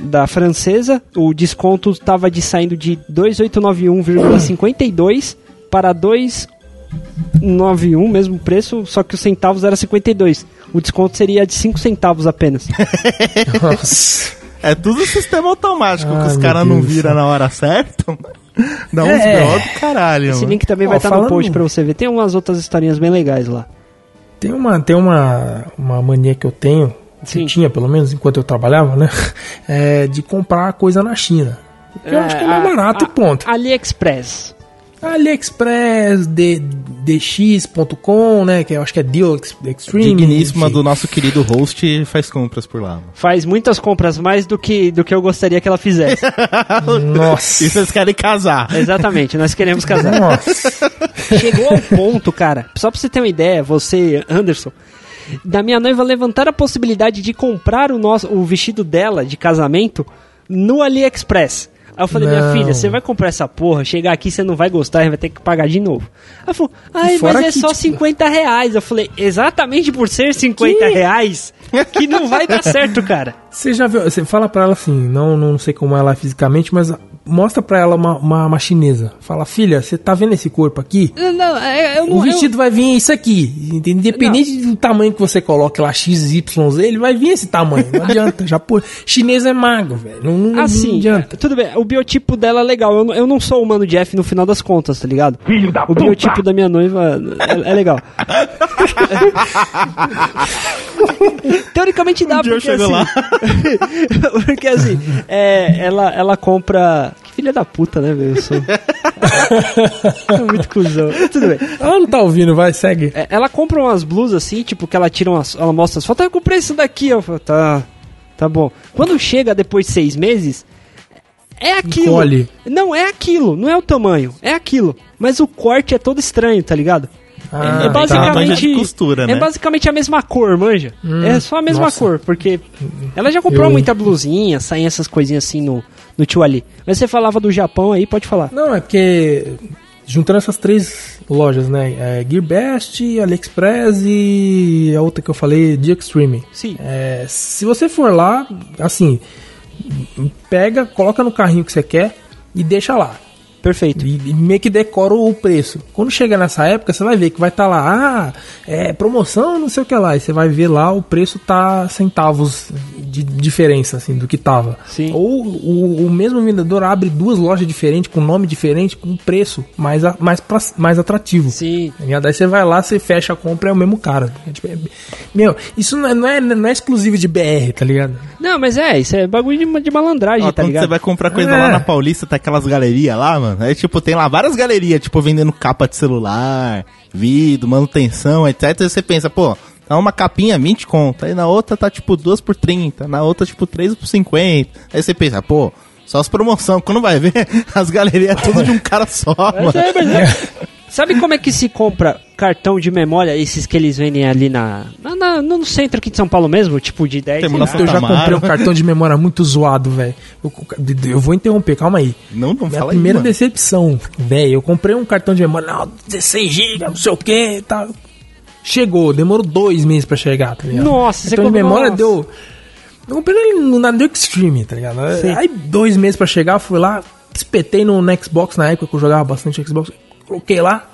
da francesa, o desconto estava de saindo de 2891,52 para 291, mesmo preço, só que os centavos era 52. O desconto seria de 5 centavos apenas.
Nossa.
É tudo sistema automático,
Ai,
Ah,
que os
meu
caras não
Deus.
viram na hora certa, mano. Dá uns
É.
B.O. do caralho,
Esse
mano.
link também
né? Ó,
vai estar no
falando-
post pra você ver. Tem umas outras historinhas bem legais lá.
Tem uma, tem uma, uma mania que eu tenho, que
Sim.
eu tinha pelo menos enquanto eu trabalhava, né? É de comprar coisa na China. Eu acho que é mais
a-
barato
a-
e ponto.
AliExpress.
AliExpress, D- DX.com, né? Que eu acho que é Deal Ex- Extreme.
Digníssima
enfim.
do nosso querido host faz compras por lá, mano.
Faz muitas compras mais do que, do que eu gostaria que ela fizesse.
Nossa.
E vocês querem casar.
Exatamente, nós queremos casar.
Nossa.
Chegou ao ponto, cara. Só pra você ter uma ideia, você, Anderson, da minha noiva levantar a possibilidade de comprar o nosso o vestido dela de casamento no AliExpress. Aí eu falei, minha
Não.
filha, você vai comprar essa porra, chegar aqui você não vai gostar e vai ter que pagar de novo. Ela falou, ai, mas
fora
é
que,
só
tipo-
50 reais. Eu falei, exatamente por ser 50 reais que não vai dar certo, cara.
Você já viu? Você fala pra ela assim, não, não sei como ela é fisicamente, mas mostra pra ela uma, uma, uma chinesa. Fala, filha, você tá vendo esse corpo aqui?
Não, é, eu não
O vestido vai vir isso aqui. entende? Independente do tamanho que você coloque lá, X, Y, Z, ele vai vir esse tamanho. Não adianta. Japão. Chinês é magro, velho. Não, não, não
Assim,
adianta.
tudo bem, o biotipo dela é legal. Eu, não- eu não sou humano Jeff no final das contas, tá ligado? Filho da o biotipo da minha noiva é, é legal. Teoricamente dá,
Um dia eu
porque
chego
assim,
lá.
porque assim, é, ela, ela compra. Que filha da puta, né, velho? Eu sou. É muito cuzão. Tudo bem.
Ela não tá ouvindo, vai, segue.
É, Ela compra umas blusas assim, tipo, que ela tira umas. Ela mostra as fotos, "Ah, eu comprei isso daqui, eu falo, tá. Tá bom. Quando chega depois de seis meses, é aquilo.
Encolhe.
Não, é aquilo, não é o tamanho, é aquilo. Mas o corte é todo estranho, tá ligado?
Ah,
é
tá.
basicamente.
Manja de costura,
é
né?
basicamente a mesma cor, manja. é só a mesma
Hum, nossa.
cor, porque ela já comprou
Eu-
muita blusinha, saem essas coisinhas assim no, no tio Ali. Mas você falava do Japão aí, pode falar.
Não, é porque juntando essas três lojas, né? É Gearbest, AliExpress e a outra que eu falei, de Extreme.
Sim.
É, se você for lá, assim, pega, coloca no carrinho que você quer e deixa lá.
Perfeito.
E, e meio que decora o preço. Quando chega nessa época, você vai ver que vai estar lá, ah, é promoção, não sei o que lá. E você vai ver lá, o preço tá centavos de diferença, assim, do que tava.
Sim.
Ou o, o mesmo vendedor abre duas lojas diferentes, com nome diferente, com preço mais, a- mais, pra- mais atrativo.
Sim.
E daí você vai lá, você fecha a compra, é o mesmo cara. É tipo, é- meu, isso não é, não, é, não é exclusivo de BR, tá ligado?
Não, mas é, isso é bagulho de, de malandragem,
Ó,
tá
quando
ligado?
você vai comprar coisa
É.
lá na Paulista, tá aquelas galerias lá, mano. Aí, tipo, tem lá várias galerias, tipo, vendendo capa de celular, vidro, manutenção, etc. Aí você pensa, pô, tá uma capinha 20 conto, aí na outra tá, tipo, 2 por 30, na outra, tipo, 3 por 50. Aí você pensa, pô, só as promoção. Quando vai ver, as galerias é tudo de um cara só, mano.
Mas é, mas é. Sabe como é que se compra cartão de memória, esses que eles vendem ali na, na- na- no centro aqui de São Paulo mesmo, tipo de 10
Tem
sei
uma
lá.
Puta
Eu já
Mara.
comprei um cartão de memória muito zoado, velho. Eu, eu vou interromper, calma aí.
Não, não
Minha
fala aí,
primeira
mano.
decepção, velho. Eu comprei um cartão de memória, não, 16 GB, não sei o que e tal. Chegou, demorou dois meses pra chegar, tá ligado?
Nossa, você
cartão de
comprou-
memória
nossa.
deu. Eu comprei ele no, na New Extreme, tá ligado? Aí dois meses pra chegar, fui lá, espetei no, no Xbox na época que eu jogava bastante Xbox, coloquei lá.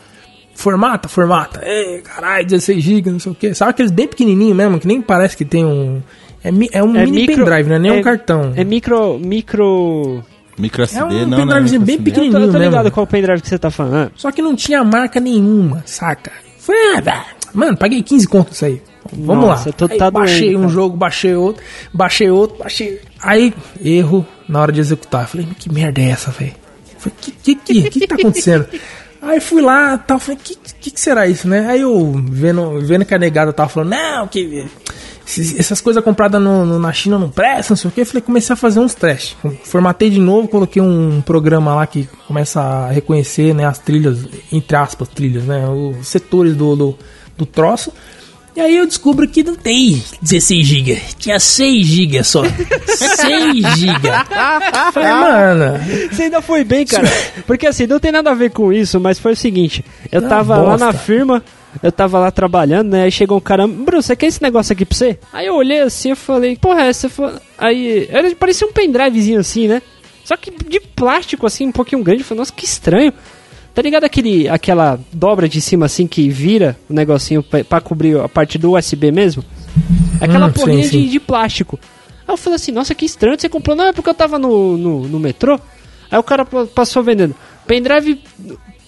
Formata, formata. Ei, caralho, 16 GB, não sei o que. Sabe aqueles bem pequenininho mesmo, que nem parece que tem um. É, mi- é um
É
mini
micro-
pendrive, não é nem
é-
um cartão.
É micro. micro...
Micro SD,
É um
não, né?
pendrivezinho
Micro
bem
SD.
Eu
pequenininho
tô, eu tô
mesmo.
ligado qual pendrive que você tá falando.
Só que não tinha marca nenhuma, saca? Falei, ah, velho, mano, paguei 15 conto isso aí. Vamos
Nossa,
lá.
eu tô-
Aí
tá
baixei
doendo,
um
cara.
jogo, baixei outro, baixei outro, baixei. Aí, erro na hora de executar. Falei, que merda é essa, velho? Falei, que que, que, que que tá acontecendo? Aí fui lá tal, falei, que, que que será isso, né? Aí eu vendo, vendo que a negada tava falando, não, que. esses- Essas coisas compradas no- no- na China não prestam, não sei o que. Falei, comecei a fazer uns testes. Formatei de novo, coloquei um programa lá que começa a reconhecer né, as trilhas, entre aspas, trilhas, né? Os setores do, do, do troço. E aí eu descubro que não tem 16 GB, tinha 6 GB só. 6 GB. Falei, mano,
Você ainda foi bem, cara. Porque assim, não tem nada a ver com isso, mas foi o seguinte: eu
Tá
tava lá na
bosta.
firma, Eu tava lá trabalhando, né? Aí chegou um cara, Bruno, você quer esse negócio aqui pra você? Aí eu olhei assim eu falei, porra, essa foi. Aí. Era, parecia um pendrivezinho assim, né? Só que de plástico, assim, um pouquinho grande. Eu falei, nossa, que estranho. Tá ligado aquele, aquela dobra de cima assim que vira o negocinho pra, pra cobrir a parte do USB mesmo? É Aquela
Hum, sim,
porrinha
sim.
De, de plástico. Aí eu falei assim, nossa, que estranho, você comprou. Não, é porque eu tava no, no, no metrô. Aí o cara pa- passou vendendo. Pendrive.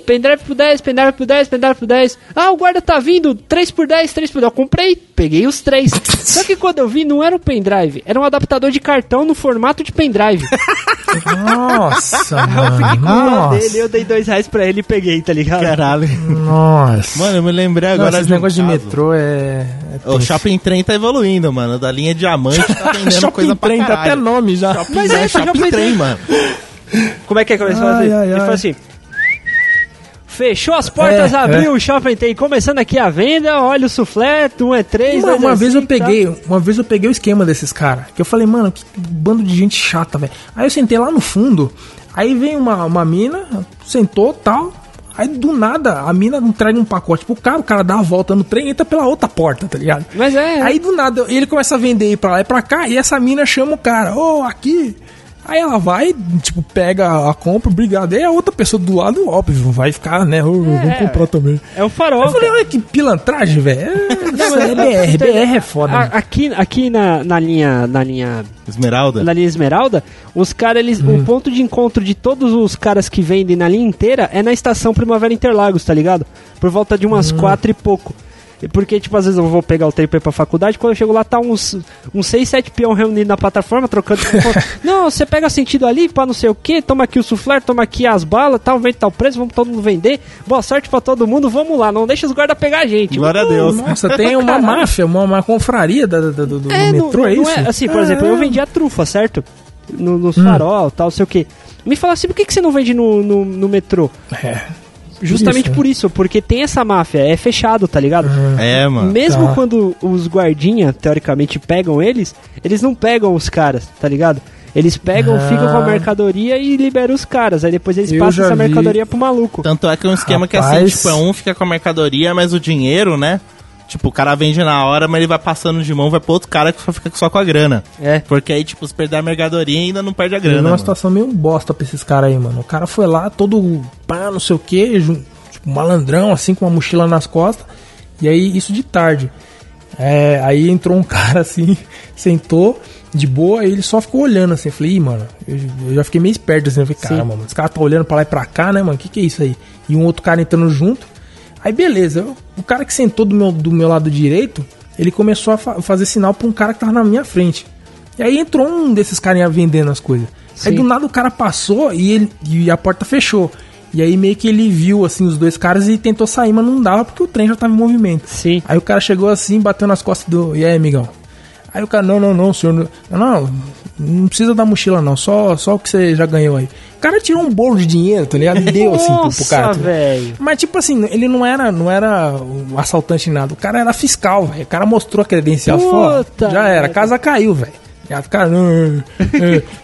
Pendrive por 10, pendrive por 10, pendrive por 10. Ah, o guarda tá vindo, 3 por 10, 3 por 10. Eu comprei, peguei os três. Só que quando eu vi, não era um pendrive, era um adaptador de cartão no formato de pendrive.
Nossa, mano.
Ah,
Nossa.
dele, eu dei dois reais pra ele e peguei, tá ligado?
Caralho.
Nossa.
Mano, eu me lembrei
Não,
agora
esses
um
negócios de
caso.
metrô é. é
O Shopping Trem tá evoluindo, mano. Da linha Diamante tá vendendo coisa pra
trem, tá até
caralho.
nome já.
Mas é,
é,
você já
Shopping
fez-
Trem, mano.
Como é que é que eles falam
Ai,
assim?
ai,
Ele
ai.
fala assim. Fechou as portas,
É,
abriu o shopping tem começando aqui a venda, olha o suflé, um é três,
Uma,
dois é
uma vez eu
cinco, tá?
peguei, uma vez eu peguei o esquema desses caras. Que eu falei, mano, que bando de gente chata, velho. Aí eu sentei lá no fundo, aí vem uma, uma mina, sentou tal. Aí do nada a mina não entrega um pacote pro cara, o cara dá a volta no trem e entra pela outra porta, tá ligado?
Mas é.
Aí do nada ele começa a vender ir pra lá e pra cá, e essa mina chama o cara, ô, aqui. Aí ela vai, tipo, pega a compra, obrigado. Aí a outra pessoa do lado, óbvio, vai ficar, né? Ô, vamos comprar também.
É o farol.
Eu falei,
cara.
olha que pilantragem, velho. É BR, BR é foda.
A-
mano.
aqui aqui na, na linha na linha
Esmeralda.
na linha Esmeralda, os caras eles o ponto de encontro de todos os caras que vendem na linha inteira é na estação Primavera Interlagos, tá ligado? Por volta de umas quatro e pouco. E Porque, tipo, às vezes eu vou pegar o trem pra ir pra faculdade, quando eu chego lá tá uns, uns 6, 7 peão reunidos na plataforma, trocando. não, você pega sentido ali pra não sei o que, toma aqui o suflar, toma aqui as balas, tal, vende tal preço, vamos todo mundo vender. Boa sorte pra todo mundo, vamos lá, não deixa os guardas pegar a gente.
Glória a Deus.
Nossa, tem uma máfia, uma, uma confraria da, da- da- do, do metrô, é Hum. isso?
assim, por exemplo, eu vendia trufa, certo? No, no farol, tal, sei o quê. Me fala assim, por que, que você não vende no, no, no metrô?
É.
Justamente por isso, porque tem essa máfia, é fechado, tá ligado?
É, mano.
Mesmo
Ah, tá.
quando os guardinha, teoricamente, pegam eles, eles não pegam os caras, tá ligado? Eles pegam, ficam com a mercadoria e liberam os caras. Aí depois eles
Ah. Eu
passam
já
essa
vi.
mercadoria pro maluco.
Tanto é que é um esquema que assim,
Rapaz.
tipo, é um fica com a mercadoria, mas o dinheiro, né? Tipo, o cara vende na hora, mas ele vai passando de mão, vai pro outro cara que só fica só com a grana.
É.
Porque aí, tipo, se perder a mercadoria, ainda não perde a
É
grana.
uma
mano.
situação meio bosta pra esses caras aí, mano. O cara foi lá todo pá, não sei o que, tipo, malandrão, assim, com uma mochila nas costas. E aí, isso de tarde. É, aí entrou um cara assim, sentou de boa, aí ele só ficou olhando assim. Eu falei, Ih, mano, eu, eu já fiquei meio esperto assim. Eu falei, caramba, mano, esse cara tá olhando pra lá e pra cá, né, mano? Que que é isso aí? E um outro cara entrando junto. Aí beleza, eu- o cara que sentou do meu, do meu lado direito, ele começou a fa- fazer sinal pra um cara que tava na minha frente. E aí entrou um desses carinha vendendo as coisas. Aí do nada o cara passou e, ele, e a porta fechou. E aí meio que ele viu assim os dois caras e tentou sair, mas não dava porque o trem já tava em movimento.
Sim.
Aí o cara chegou assim, bateu nas costas do. E aí, amigão? Aí o cara, não, não, não, senhor. Não, não, não precisa da mochila, não. Só, só o que você já ganhou aí. O cara tirou um bolo de dinheiro, tá ligado? E deu assim pro, pro cara.
Nossa,
tá ligado?
velho.
Mas, tipo assim, ele não era, não era um assaltante nem nada. O cara era fiscal, velho. O cara mostrou a credencial. Falou, ó,
Puta
já era, a
merda.
casa caiu, velho. E aí O cara, não, é,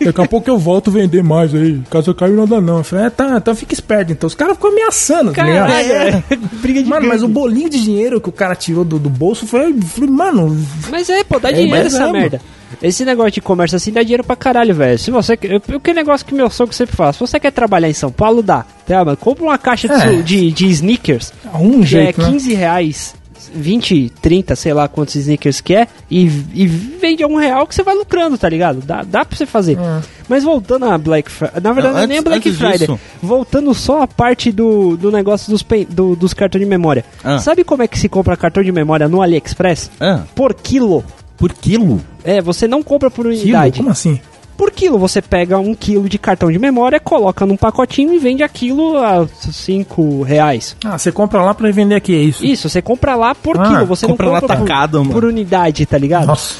é, daqui a pouco eu volto vender mais aí. Casa caiu nada não. Eu falei, é, tá, então fica esperto. Então os caras ficam ameaçando, tá ligado?
Caralho, é, briga de
Mano, mas o
gangue.
bolinho de dinheiro que o cara tirou do, do bolso foi. foi- mano,
Mas é, pô, dá
É,
dinheiro
mas
essa
é,
merda. Esse negócio de comércio assim dá dinheiro pra caralho, velho. Se você. eu- eu- Que negócio que meu sogro sempre fala. Se você quer trabalhar em São Paulo, dá. Tá, mano? Compra uma caixa de,
É.
su- de, de sneakers.
um
Que é
jeito. né?
15 reais, 20, 30, sei lá quantos sneakers que é. E, e vende a um real que você vai lucrando, tá ligado? Dá, dá pra você fazer.
É.
Mas voltando a Black Friday. Na verdade,
Não,
não, é nem a
antes-
Black
antes
Friday.
disso.
Voltando só a parte do, do negócio dos, pen- do- dos cartões de memória.
Ah.
Sabe como é que se compra cartão de memória no AliExpress?
Ah,
Por quilo.
por quilo?
É, você não compra por
Quilo?
unidade.
Como assim?
Por quilo, você pega um quilo de cartão de memória, coloca num pacotinho e vende aquilo a 5 reais.
Ah, você compra lá pra vender aqui, é isso?
Isso, você compra lá por
Ah,
quilo, você não
compra lá
compra por,
atacado, mano.
por unidade, tá ligado?
Nossa.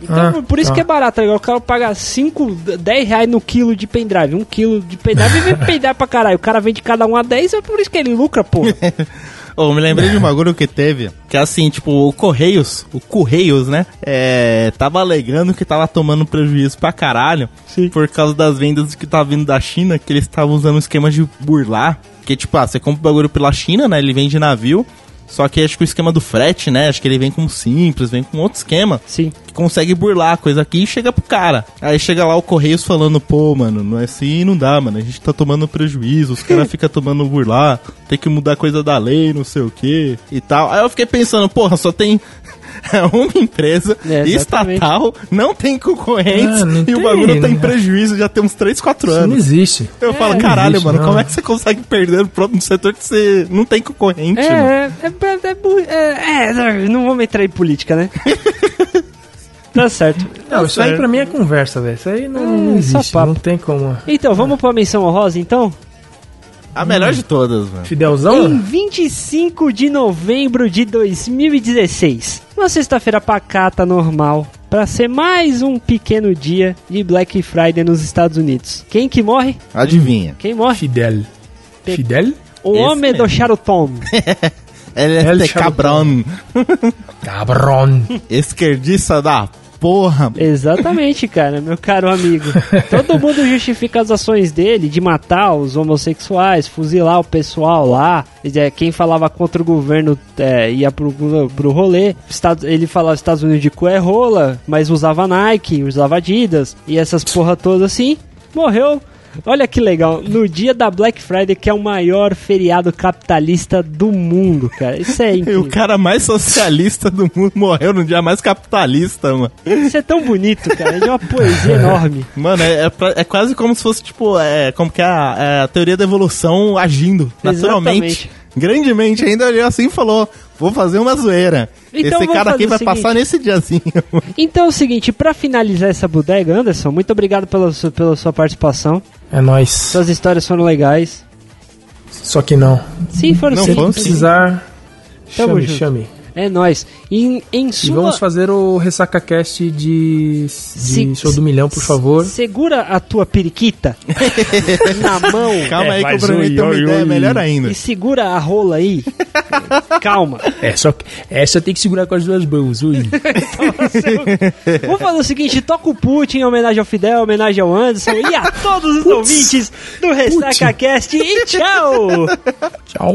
Então,
Ah,
por isso
tá.
que é barato, tá ligado? O cara paga 5, 10 reais no quilo de pendrive, um quilo de pendrive e vende pendrive pra caralho. O cara vende cada um a 10, é por isso que ele lucra, pô.
Ô, me lembrei de um bagulho que teve. Que assim, tipo, o Correios, o Correios, né? É. Tava alegando que tava tomando prejuízo pra caralho. Por causa das vendas que tava vindo da China, que eles estavam usando um esquema de burlar. Que, tipo, ah, você compra o bagulho pela China, né? Ele vende navio. Só que acho que o esquema do frete, né? Acho que ele vem com simples, vem com outro esquema
Sim.
que consegue burlar a coisa aqui e chega pro cara. Aí chega lá o Correios falando, pô, mano, não é assim, não dá, mano. A gente tá tomando prejuízo, os caras ficam tomando burlar, tem que mudar coisa da lei, não sei o que e tal. Aí eu fiquei pensando, porra, só tem é uma empresa
É, exatamente.
estatal, não tem concorrentes
Ah, não
e o
tem,
bagulho tá em
né?
prejuízo já tem uns 3, 4
Isso não
anos.
existe.
Eu falo,
não
caralho,
existe,
mano,
não.
como é que você consegue perder no próprio setor que você não tem concorrente,
É,
mano?
é, é, é, bu- é, é, não vamos entrar em política, né? tá certo.
Não, isso aí pra mim é conversa, velho. Isso aí não, não
É, só
existe.
papo.
Não tem como.
Então, vamos pra menção honrosa, então?
A melhor de todas, mano.
Em
Fidelzão?
25 de novembro de 2016, uma sexta-feira pacata normal, pra ser mais um pequeno dia de Black Friday nos Estados Unidos. Quem que morre?
Adivinha.
Quem morre?
Fidel. Fidel?
O
Esse
homem
mesmo.
do Charuton.
LT
Charuton.
Cabron.
Cabrón.
Esquerdista da porra.
Exatamente, cara, meu caro amigo. Todo mundo justifica as ações dele de matar os homossexuais, fuzilar o pessoal lá. É, Quem falava contra o governo é, ia pro, pro rolê. Estado- ele falava Estados Unidos de cu é rola, mas usava Nike, usava Adidas e essas porra todas assim. Morreu. Olha que legal, no dia da Black Friday, que é o maior feriado capitalista do mundo, cara. Isso é
E o
incrível.
cara mais socialista do mundo morreu no dia mais capitalista, mano.
Isso é tão bonito, cara. É de uma poesia enorme.
Mano, é, é pra- é quase como se fosse, tipo, é, como que é a, é a teoria da evolução agindo
Exatamente.
naturalmente. Grandemente, ainda olhou assim e falou: Vou fazer uma zoeira.
Então
Esse
vamos
cara aqui vai
fazer o
passar nesse diazinho.
Então é o seguinte, pra finalizar essa bodega, Anderson, muito obrigado pela, su- pela sua participação.
É nóis.
Suas histórias foram legais.
Só que não.
Sim, foram
Não
sim.
foram,
Se precisar,
Tamo
chame,
junto.
chame.
É nóis. Em, em
E
sua...
vamos fazer o RessacaCast de, de
Se-
Show do Milhão, por favor.
Segura a tua periquita na mão
Calma aí que eu
faz
prometi
oi,
uma
oi,
ideia
oi.
melhor ainda.
e segura a rola aí. Calma.
É, só que essa tem que segurar com as duas mãos. Ui.
Vamos fazer o seguinte, toca o Putin em homenagem ao Fidel, em homenagem ao Anderson e a todos os ouvintes do Ressaca Cast e tchau!
Tchau.